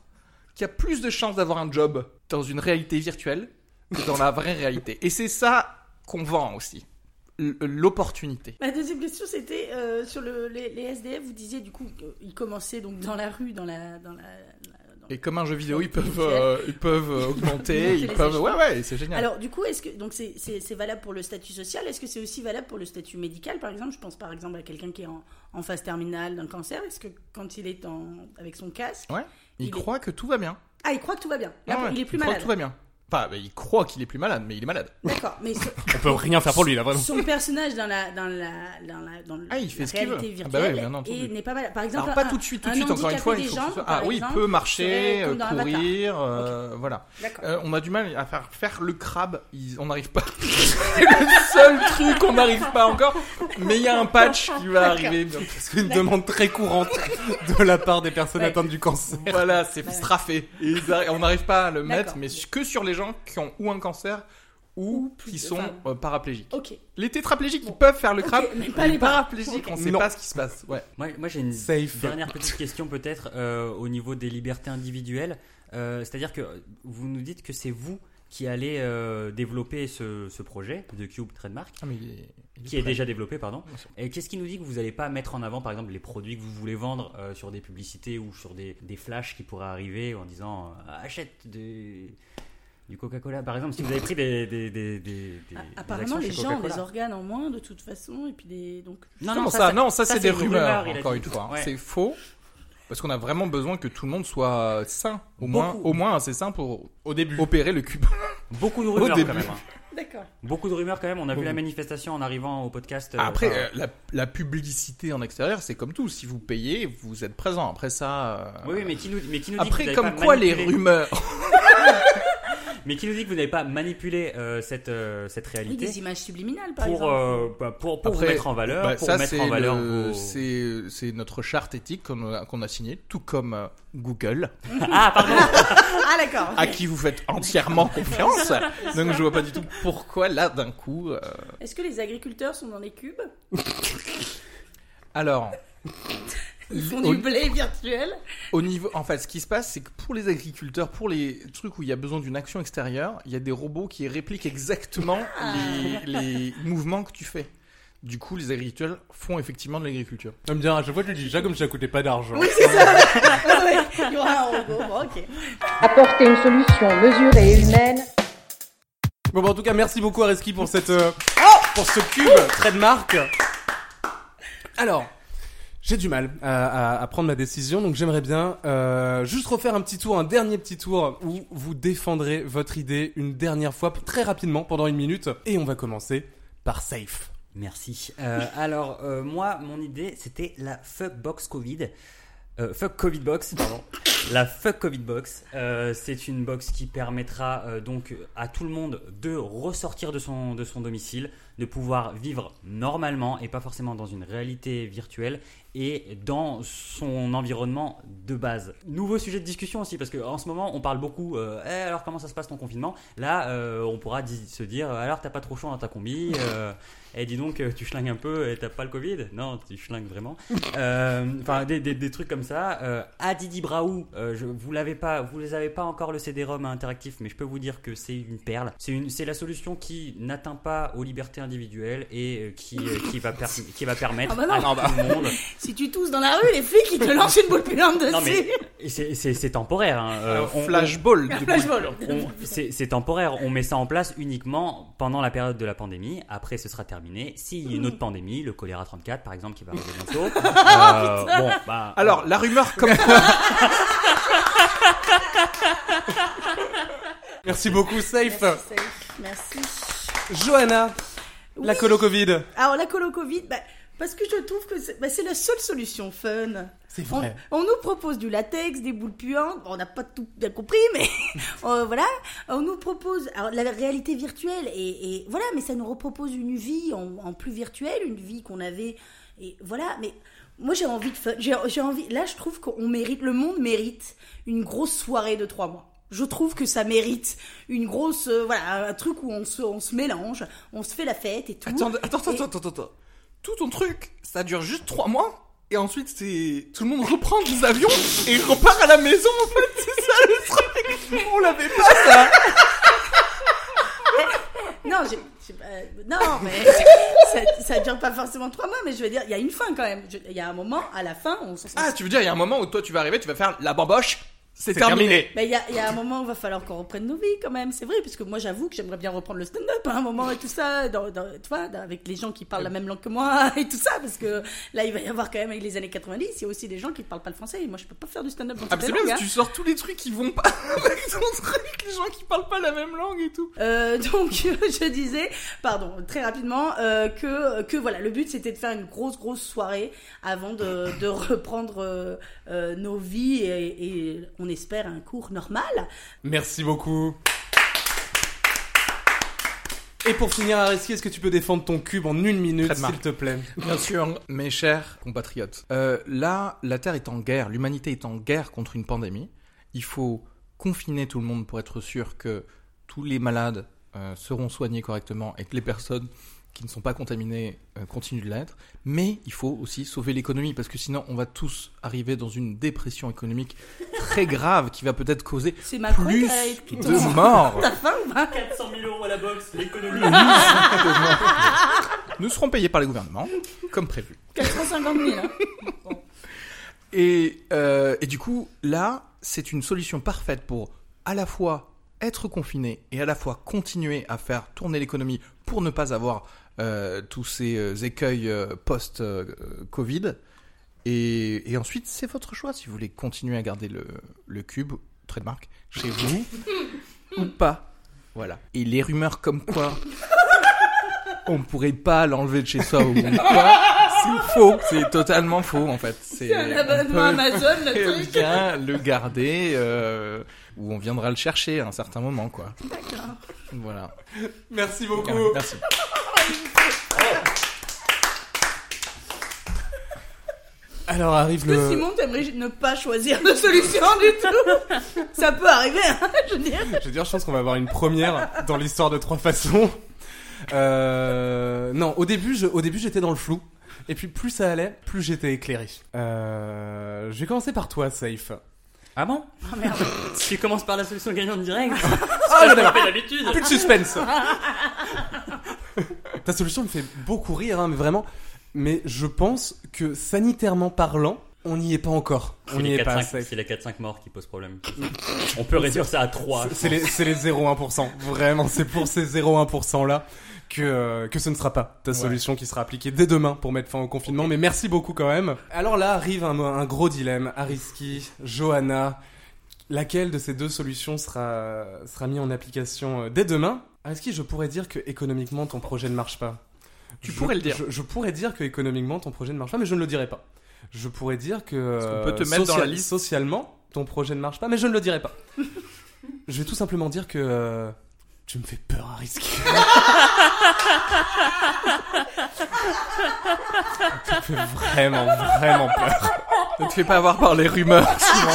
Speaker 6: qu'il y a plus de chances d'avoir un job dans une réalité virtuelle que dans la vraie réalité. Et c'est ça qu'on vend aussi, L- l'opportunité.
Speaker 5: Ma deuxième question, c'était euh, sur le, les, les SDF. Vous disiez du coup qu'ils commençaient donc dans la rue, dans la, dans la, la- dans-
Speaker 6: Et comme un jeu vidéo, ils peuvent, euh, ils peuvent euh, augmenter,
Speaker 5: Monter
Speaker 6: ils
Speaker 5: les
Speaker 6: peuvent. Ouais
Speaker 5: échelons.
Speaker 6: ouais, c'est génial.
Speaker 5: Alors du coup, est-ce que donc c'est- c'est c'est valable pour le statut social Est-ce que c'est aussi valable pour le statut médical Par exemple, je pense par exemple à quelqu'un qui est en, en phase terminale d'un cancer. Est-ce que quand il est en, avec son casque,
Speaker 6: ouais, ils
Speaker 5: il est-
Speaker 6: croient que tout va bien.
Speaker 5: ah il croit que tout va bien, Là,
Speaker 6: Ouais,
Speaker 5: il est plus
Speaker 6: ils croient
Speaker 5: malade.
Speaker 6: que tout va bien. Enfin, bah, ils croient qu'il est plus malade, mais il est malade.
Speaker 5: D'accord,
Speaker 6: *laughs*
Speaker 5: mais ce-
Speaker 4: On peut rien faire pour lui, là, vraiment.
Speaker 5: son personnage dans la dans la dans la dans le-
Speaker 6: Ah, il fait
Speaker 5: la
Speaker 6: ce qu'il
Speaker 5: réalité
Speaker 6: veut. Ah
Speaker 5: virtuelle
Speaker 6: bah oui, bien entendu.
Speaker 5: et n'est pas malade. Par exemple,
Speaker 6: Alors pas
Speaker 5: un-
Speaker 6: tout de suite, tout de
Speaker 5: un
Speaker 6: suite, encore une fois, il
Speaker 5: handicapé
Speaker 6: faut
Speaker 5: des
Speaker 6: que ce
Speaker 5: jambes,
Speaker 6: soit- Ah
Speaker 5: par
Speaker 6: oui, il
Speaker 5: exemple,
Speaker 6: peut marcher,
Speaker 5: serait
Speaker 6: euh,
Speaker 5: comme dans Avatar.
Speaker 6: courir, euh, voilà.
Speaker 5: D'accord.
Speaker 6: Euh, on a du mal à faire, faire le crabe, ils- on n'arrive pas. *laughs* C'est le seul truc qu'on n'arrive pas encore, mais il y a un patch qui va arriver.
Speaker 4: C'est une demande très courante de la part des personnes
Speaker 5: Ouais.
Speaker 4: atteintes du cancer.
Speaker 6: Voilà, c'est straffé. Et ils arri- on n'arrive pas à le mettre,
Speaker 5: D'accord.
Speaker 6: mais que sur les gens qui ont ou un cancer ou,
Speaker 5: Ou plus
Speaker 6: qui
Speaker 5: de
Speaker 6: sont
Speaker 5: femmes.
Speaker 6: euh, paraplégiques.
Speaker 5: Ok.
Speaker 6: Les tétraplégiques ils peuvent faire le
Speaker 5: Ok,
Speaker 6: crabe,
Speaker 5: mais pas les para-
Speaker 6: paraplégiques,
Speaker 5: Ok.
Speaker 6: on ne sait
Speaker 4: Non.
Speaker 6: pas ce qui se passe. Ouais.
Speaker 7: Moi, moi, j'ai une
Speaker 4: Safe.
Speaker 7: dernière petite question peut-être euh, au niveau des libertés individuelles. Euh, C'est-à-dire que vous nous dites que c'est vous qui allez euh, développer ce, ce projet de Cube Trademark,
Speaker 6: Ah, mais il est- il
Speaker 7: qui est
Speaker 6: prêt.
Speaker 7: déjà développé, pardon.
Speaker 6: Bien sûr.
Speaker 7: Et qu'est-ce qui nous dit que vous n'allez pas mettre en avant, par exemple, les produits que vous voulez vendre euh, sur des publicités ou sur des, des flashs qui pourraient arriver en disant euh, achète des- du Coca-Cola, par exemple, si vous avez pris des, des, des, des- des- des
Speaker 5: Ah, Apparemment,
Speaker 7: actions
Speaker 5: les
Speaker 7: chez
Speaker 5: gens ont
Speaker 7: Coca-Cola.
Speaker 5: des organes en moins de toute façon, et puis des donc.
Speaker 7: Non,
Speaker 6: Comment
Speaker 7: non,
Speaker 6: ça,
Speaker 7: ça,
Speaker 6: Non, ça, c'est
Speaker 7: ça, c'est
Speaker 6: des
Speaker 7: une
Speaker 6: rumeurs,
Speaker 7: rumeur, il a
Speaker 6: encore
Speaker 7: dit.
Speaker 6: une fois. hein.
Speaker 7: Ouais.
Speaker 6: C'est faux. Parce qu'on a vraiment besoin que tout le monde soit euh, sain. Au moins,
Speaker 7: Beaucoup.
Speaker 6: au moins assez sain pour
Speaker 4: Au début.
Speaker 6: opérer le cube.
Speaker 7: Beaucoup de rumeurs
Speaker 6: début.
Speaker 7: quand même. hein.
Speaker 5: D'accord.
Speaker 7: Beaucoup de rumeurs quand même. On a vu la manifestation en arrivant au podcast. euh,
Speaker 6: Après,
Speaker 7: enfin,
Speaker 6: euh, la, la publicité en extérieur, c'est comme tout. Si vous payez, vous êtes présent. Après ça. euh,
Speaker 7: Oui, oui, mais qui nous, mais qui nous dit que
Speaker 6: Après,
Speaker 7: vous n'avez
Speaker 6: comme
Speaker 7: pas
Speaker 6: quoi les
Speaker 7: manipulé-
Speaker 6: rumeurs.
Speaker 7: Mais qui nous dit que vous n'avez pas manipulé euh, cette, euh, cette
Speaker 5: Oui,
Speaker 7: réalité
Speaker 5: des images subliminales, par
Speaker 7: pour,
Speaker 5: exemple.
Speaker 7: euh, bah, pour, pour vous
Speaker 6: Après,
Speaker 7: mettre en valeur,
Speaker 6: bah,
Speaker 7: pour
Speaker 6: ça,
Speaker 7: mettre
Speaker 6: c'est
Speaker 7: en valeur
Speaker 6: le-
Speaker 7: vos-
Speaker 6: c'est- c'est notre charte éthique qu'on a, qu'on a signée, tout comme euh, Google,
Speaker 7: Ah, pardon.
Speaker 6: euh,
Speaker 5: Ah d'accord.
Speaker 6: à qui vous faites
Speaker 7: *laughs*
Speaker 6: entièrement confiance. Donc, je vois pas du tout pourquoi là, d'un coup. euh,
Speaker 5: Est-ce que les agriculteurs sont dans les cubes
Speaker 6: Alors.
Speaker 5: Ils font
Speaker 6: au-
Speaker 5: du blé virtuel
Speaker 6: Au niveau, en fait, ce qui se passe, c'est que pour les agriculteurs, pour les trucs où il y a besoin d'une action extérieure, il y a des robots qui répliquent exactement les, les mouvements que tu fais. Du coup, les agriculteurs font effectivement de l'agriculture.
Speaker 4: J'aime bien, ah, à chaque fois, je le dis déjà comme si ça coûtait pas d'argent.
Speaker 5: Il y aura un robot. Bon, ok.
Speaker 1: Apporter une solution mesurée et humaine
Speaker 4: Bon, bah, en tout cas, merci beaucoup, Areski, pour cette, euh, pour ce cube trademark. Alors, j'ai du mal à, à- à prendre ma décision, donc j'aimerais bien euh, juste refaire un petit tour, un dernier petit tour où vous défendrez votre idée une dernière fois, très rapidement, pendant une minute, et on va commencer par safe.
Speaker 7: Merci. Euh, alors, euh, moi, mon idée, c'était la fuck box Covid. Euh, fuck Covid box, pardon. La fuck Covid box, euh, c'est une box qui permettra euh, donc à tout le monde de ressortir de son, de son domicile, de pouvoir vivre normalement et pas forcément dans une réalité virtuelle et dans son environnement de base. Nouveau sujet de discussion aussi parce qu'en ce moment on parle beaucoup. euh, Eh, alors comment ça se passe ton confinement Là, euh, on pourra di- se dire alors t'as pas trop chaud dans ta combi.
Speaker 5: *laughs*
Speaker 7: euh, Eh, dis donc, euh, tu schlingues un peu et t'as pas le Covid Non, tu schlingues vraiment. Euh, Enfin, des, des- des trucs comme ça. Euh, à Didi Braou, euh, je, vous l'avez pas, vous les avez pas encore le CD-ROM interactif, mais je peux vous dire que c'est une perle. C'est une, c'est la solution qui n'atteint pas aux libertés individuelles et euh, qui, euh, qui va per- qui va permettre
Speaker 5: Ah bah non.
Speaker 7: à tout le monde
Speaker 5: Si tu tousses dans la rue, les flics, ils te lancent une boule puante dessus.
Speaker 7: Non, mais c'est- c'est c'est temporaire. hein. Euh,
Speaker 6: Un
Speaker 7: on- on-
Speaker 6: flashball.
Speaker 5: Un
Speaker 6: du coup.
Speaker 5: flashball.
Speaker 7: on- C'est c'est temporaire. On met ça en place uniquement pendant la période de la pandémie. Après, ce sera terminé. S'il y a une autre pandémie, le choléra 34, par exemple, qui va arriver bientôt. euh, bon, bah,
Speaker 6: Alors, la rumeur comme quoi.
Speaker 4: Merci beaucoup, Safe.
Speaker 5: Merci, Saïf. Merci.
Speaker 4: Johanna, la
Speaker 5: Oui.
Speaker 4: colo Covid.
Speaker 5: Alors, la colo Covid, bah, parce que je trouve que c'est bah, c'est la seule solution fun.
Speaker 4: C'est
Speaker 5: On,
Speaker 4: vrai.
Speaker 5: on nous propose du latex, des boules puantes. Bon, on n'a pas tout bien compris, mais *laughs* euh, voilà. On nous propose alors, la réalité virtuelle et, et voilà, mais ça nous repropose une vie en, en plus virtuelle, une vie qu'on avait. Et voilà, mais moi j'ai envie de fun. J'ai j'ai envie. Là, je trouve qu'on mérite. Le monde mérite une grosse soirée de trois mois. Je trouve que ça mérite une grosse, euh, voilà, un truc où on se, on se mélange, on se fait la fête et tout.
Speaker 6: Attends, attends,
Speaker 5: Et-
Speaker 6: attends, attends, attends. Tout ton truc, ça dure juste 3 mois. Et ensuite, c'est. Tout le monde reprend des avions et repart à la maison, en fait. C'est ça le truc. On l'avait pas, ça.
Speaker 5: Non, j'ai- j'ai pas- euh, non,
Speaker 6: *laughs*
Speaker 5: mais ça, ça dure pas forcément trois mois, mais je veux dire, il y a une fin quand même. Je- Il y a un moment, à la fin, on s'en
Speaker 6: Ah, tu veux dire, il y a un moment où toi, tu vas arriver, tu vas faire la bamboche. C'est
Speaker 4: C'est
Speaker 6: terminé.
Speaker 4: terminé.
Speaker 5: Mais il y a, il y a un moment où il va falloir qu'on reprenne nos vies quand même, c'est vrai, puisque moi j'avoue que j'aimerais bien reprendre le stand-up à un moment et tout ça, dans, dans, tu vois, dans- avec les gens qui parlent la même langue que moi *laughs* et tout ça, parce que là il va y avoir quand même avec les années 90, il y a aussi des gens qui ne parlent pas le français et moi je peux pas faire du stand-up dans
Speaker 6: Ah, mais
Speaker 5: toutes les
Speaker 6: c'est bien,
Speaker 5: langues,
Speaker 6: parce
Speaker 5: hein.
Speaker 6: que tu sors tous les trucs qui vont pas *laughs* avec ton truc, les gens qui parlent pas la même langue et tout.
Speaker 5: Euh, *laughs* donc je disais, pardon, très rapidement, euh, que que voilà, le but c'était de faire une grosse grosse soirée avant de, de reprendre euh, euh, nos vies et, et on espère un cours normal.
Speaker 4: Merci beaucoup. Et pour finir, Areski, est-ce que tu peux défendre ton cube en une minute,
Speaker 6: Trademark.
Speaker 4: s'il te plaît
Speaker 6: Bien sûr, mes chers compatriotes. Euh, là, la Terre est en guerre, l'humanité est en guerre contre une pandémie. Il faut confiner tout le monde pour être sûr que tous les malades euh, seront soignés correctement et que les personnes qui ne sont pas contaminées euh, continuent de l'être. Mais il faut aussi sauver l'économie parce que sinon on va tous arriver dans une dépression économique très grave qui va peut-être causer
Speaker 5: C'est Macron
Speaker 6: plus
Speaker 5: qui a écrit ton-
Speaker 6: de morts.
Speaker 5: T'as faim ou pas
Speaker 7: 400 000 euros à la boxe, l'économie.
Speaker 6: Nous serons payés par les gouvernements comme prévu.
Speaker 5: 450 000. hein.
Speaker 6: Et, euh, et du coup, là, c'est une solution parfaite pour à la fois être confiné et à la fois continuer à faire tourner l'économie pour ne pas avoir euh, tous ces euh, écueils euh, post-Covid. et, et ensuite, c'est votre choix si vous voulez continuer à garder le, le cube, trademark, chez
Speaker 5: *laughs*
Speaker 6: vous ou pas. Voilà. Et les rumeurs comme
Speaker 5: *laughs*
Speaker 6: quoi on pourrait pas l'enlever de chez soi ou quoi, c'est faux. C'est totalement faux en fait. C'est
Speaker 5: Un
Speaker 6: on
Speaker 5: abonnement
Speaker 6: peut-
Speaker 4: *laughs*
Speaker 5: Amazon,
Speaker 6: *laughs*
Speaker 5: le
Speaker 6: eh
Speaker 5: truc.
Speaker 6: bien le garder euh, ou on viendra le chercher à un certain moment quoi.
Speaker 5: D'accord.
Speaker 6: Voilà.
Speaker 4: Merci beaucoup.
Speaker 6: Merci.
Speaker 4: Alors arrive
Speaker 5: Que
Speaker 4: le...
Speaker 5: Simon, t'aimerais ne pas choisir de solution du tout Ça peut arriver, hein, je veux dire.
Speaker 4: Je veux dire, je pense qu'on va avoir une première dans l'histoire de trois façons. Euh, non, au début, je- au début, j'étais dans le flou. Et puis, plus ça allait, plus j'étais éclairé. Euh, je vais commencer par toi, Safe.
Speaker 7: Ah bon
Speaker 5: Oh, merde.
Speaker 7: *laughs* Tu commences par la solution gagnante directe
Speaker 4: Ah, là, là, là,
Speaker 7: Pas d'habitude
Speaker 4: plus de suspense. Ta solution me fait beaucoup rire, hein, mais vraiment. Mais je pense que sanitairement parlant, on n'y est pas encore. On n'y est pas, Safe.
Speaker 7: C'est les 4-5 morts qui posent problème. On peut réduire ça à 3.
Speaker 4: C'est les, c'est les 0,1%. Vraiment, c'est pour ces 0,1% là que, euh, que ce ne sera pas ta solution qui sera appliquée dès demain pour mettre fin au confinement. Mais merci beaucoup quand même. Alors là arrive un, un gros dilemme. Ariski, Johanna, laquelle de ces deux solutions sera, sera mise en application euh, dès demain Ariski, je pourrais dire que économiquement ton projet ne marche pas.
Speaker 6: Tu
Speaker 4: Je-
Speaker 6: pourrais le dire.
Speaker 4: Je, je pourrais dire que économiquement ton projet ne marche pas, mais je ne le dirai pas. Je pourrais dire que euh,
Speaker 6: Est-ce qu'on peut te mettre dans la liste
Speaker 4: socialement ton projet ne marche pas, mais je ne le dirai
Speaker 6: *laughs*
Speaker 4: pas. je vais tout simplement dire que euh, tu me fais peur à
Speaker 6: *laughs*
Speaker 4: risque. tu me fais vraiment vraiment peur.
Speaker 6: Ne te fais pas avoir par les rumeurs. Simon.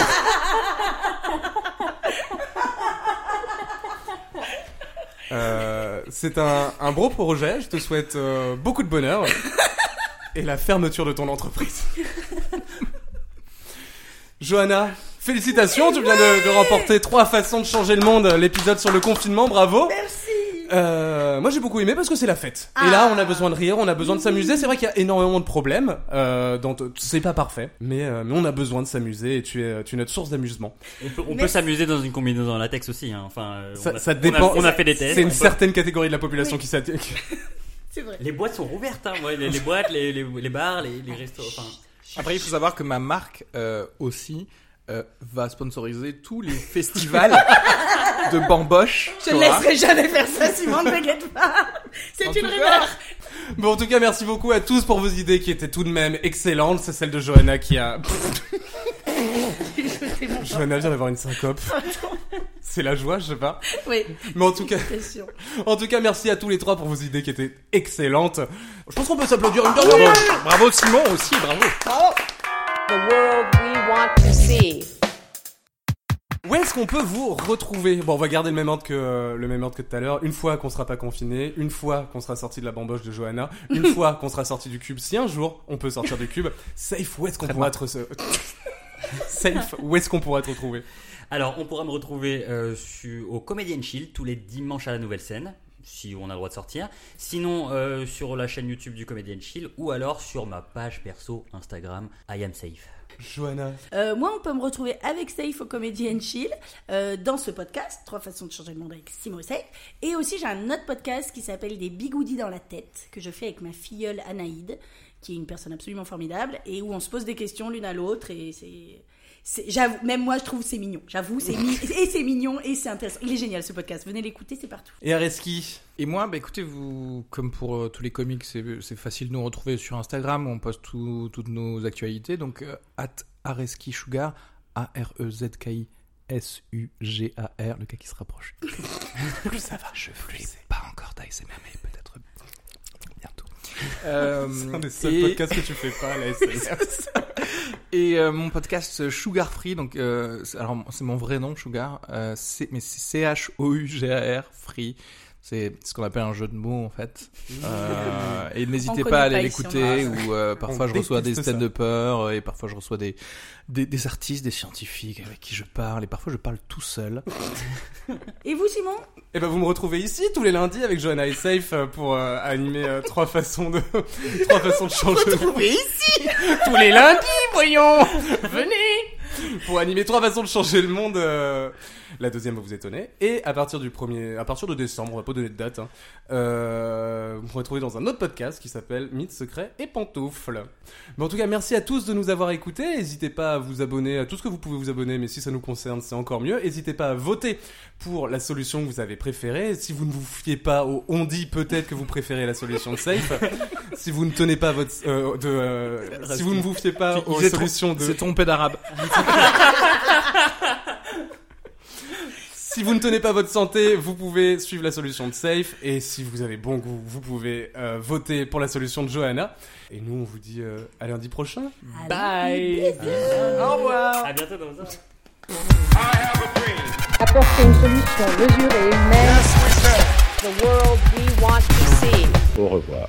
Speaker 4: Euh, c'est un, un beau projet. Je te souhaite euh, beaucoup de bonheur et la fermeture de ton entreprise. *laughs* Johanna, félicitations, tu viens de, de remporter trois façons de changer le monde, l'épisode sur le confinement, bravo.
Speaker 5: Merci.
Speaker 4: Euh, moi j'ai beaucoup aimé parce que c'est la fête.
Speaker 5: Ah.
Speaker 4: Et là on a besoin de rire, on a besoin de s'amuser. C'est vrai qu'il y a énormément de problèmes. Euh, dans t- c'est pas parfait, mais, euh, mais on a besoin de s'amuser et tu es, tu es notre source d'amusement.
Speaker 7: On peut, on
Speaker 5: Mais-
Speaker 7: peut s'amuser dans une combinaison en latex aussi. hein. Enfin, euh,
Speaker 4: Ça,
Speaker 7: on a,
Speaker 4: ça
Speaker 7: on a-
Speaker 4: dépend.
Speaker 7: On a, fait des tests.
Speaker 4: C'est une
Speaker 7: on peut-
Speaker 4: certaine catégorie de la population
Speaker 5: Oui.
Speaker 4: qui s'attaque.
Speaker 5: C'est vrai.
Speaker 7: Les boîtes sont rouvertes. hein, ouais, les, les boîtes, les, les, les bars, les, les restos. Enfin,
Speaker 6: Après, il faut savoir que ma marque euh, aussi euh, va sponsoriser
Speaker 4: *laughs*
Speaker 6: tous les festivals de bamboche.
Speaker 5: Je ne laisserai jamais faire ça, Simon, ne t'inquiète pas. C'est
Speaker 6: En
Speaker 5: une
Speaker 6: tout
Speaker 5: rumeur.
Speaker 4: Bon en tout cas merci beaucoup à tous pour vos idées qui étaient tout de même excellentes. C'est celle de Johanna qui a.
Speaker 5: C'est mon temps.
Speaker 4: Johanna vient d'avoir une syncope. C'est la joie, je sais pas.
Speaker 5: Oui,
Speaker 4: Mais en tout cas,
Speaker 5: c'est sûr.
Speaker 4: en tout cas, merci à tous les trois pour vos idées qui étaient excellentes. Je pense qu'on peut s'applaudir une dernière fois.
Speaker 6: Bravo Simon aussi, bravo.
Speaker 2: The world we want to see.
Speaker 4: Où est-ce qu'on peut vous retrouver Bon, on va garder le même ordre que euh, le même ordre que tout à l'heure. Une fois qu'on sera pas confiné, une fois qu'on sera sorti de la bamboche de Johanna, une fois qu'on sera sorti du cube, si un jour on peut sortir du cube, safe où est-ce qu'on pourra être *laughs* safe où est-ce qu'on pourra te retrouver
Speaker 7: alors, on pourra me retrouver euh, su- au Comedian Shield tous les dimanches à la Nouvelle Scène, si on a le droit de sortir. Sinon, euh, sur la chaîne YouTube du Comedian Shield ou alors sur ma page perso Instagram I am safe.
Speaker 4: Johanna.
Speaker 5: Euh, moi, on peut me retrouver avec Safe au Comedy and Chill euh, dans ce podcast, Trois façons de changer le monde avec Simon et Safe. Et aussi, j'ai un autre podcast qui s'appelle Des bigoudis dans la tête, que je fais avec ma filleule Anaïde, qui est une personne absolument formidable, et où on se pose des questions l'une à l'autre, et c'est... c'est- J'avoue, même moi je trouve c'est mignon. J'avoue, c'est mi- et c'est mignon et c'est intéressant. Il est génial ce podcast. Venez l'écouter, c'est partout.
Speaker 4: Et Areski.
Speaker 6: Et moi, bah écoutez, vous, comme pour euh, tous les comics, c'est c'est facile de nous retrouver sur Instagram. On poste tout- toutes nos actualités. Donc, euh, at Areski Sugar, E A-R-E-Z-K-I. S-U-G-A-R, le cas qui se rapproche. plus *laughs* ça va, je ne sais pas encore d'ASMR, mais peut-être bientôt. *laughs* Euh,
Speaker 4: hum, C'est un des seuls
Speaker 6: et-
Speaker 4: podcasts que tu fais pas à la
Speaker 6: *laughs*
Speaker 4: SNCF.
Speaker 6: et euh, mon podcast euh, Sugar Free, donc euh, c'est- alors c'est mon vrai nom Sugar, euh, c'est- mais c'est C H O U G A R Free. C'est ce qu'on appelle un jeu de mots
Speaker 4: *laughs*
Speaker 6: en fait. Euh, et n'hésitez
Speaker 5: connaît
Speaker 6: pas à aller
Speaker 5: pas ici,
Speaker 6: l'écouter.
Speaker 5: on *laughs*
Speaker 6: Ou euh, parfois
Speaker 4: On
Speaker 6: je reçois des
Speaker 4: déteste ça.
Speaker 6: stand de peur et parfois je reçois des, des des artistes, des scientifiques avec qui je parle et parfois je parle tout seul.
Speaker 5: Et vous, Simon
Speaker 4: Et ben vous me retrouvez ici tous les lundis avec Johanna et Safe euh, pour euh, animer euh, trois façons de *laughs* trois façons de changer. Retrouvez ici tous les lundis, voyons. *laughs* Venez pour animer trois façons de changer le monde. euh, La deuxième va vous étonner. Et à partir du premier, à partir de décembre, on va pas donner de date. Hein, euh, vous me retrouvez dans un autre podcast qui s'appelle Mythes, secrets et pantoufles. Mais en tout cas, merci à tous de nous avoir écoutés. N'hésitez pas à vous abonner à tout ce que vous pouvez vous abonner, mais si ça nous concerne, c'est encore mieux. N'hésitez pas à voter pour la solution que vous avez préférée. Si vous ne vous fiez pas au on dit, peut-être que vous préférez la solution de safe. si vous ne tenez pas votre, euh, de, euh, si vous ne vous fiez pas
Speaker 6: Il
Speaker 4: aux
Speaker 6: s'est trom-
Speaker 4: solutions de,
Speaker 6: C'est trompé d'arabe.
Speaker 4: si vous ne tenez pas votre santé, vous pouvez suivre la solution de safe. Et si vous avez bon goût, vous pouvez euh, voter pour la solution de Johanna. Et nous, on vous dit euh, à lundi prochain.
Speaker 5: Bye.
Speaker 7: À bientôt dans un-
Speaker 3: I have a dream.
Speaker 1: Apporter une solution mesurée et humaine
Speaker 2: The world we want to see.
Speaker 9: Au revoir.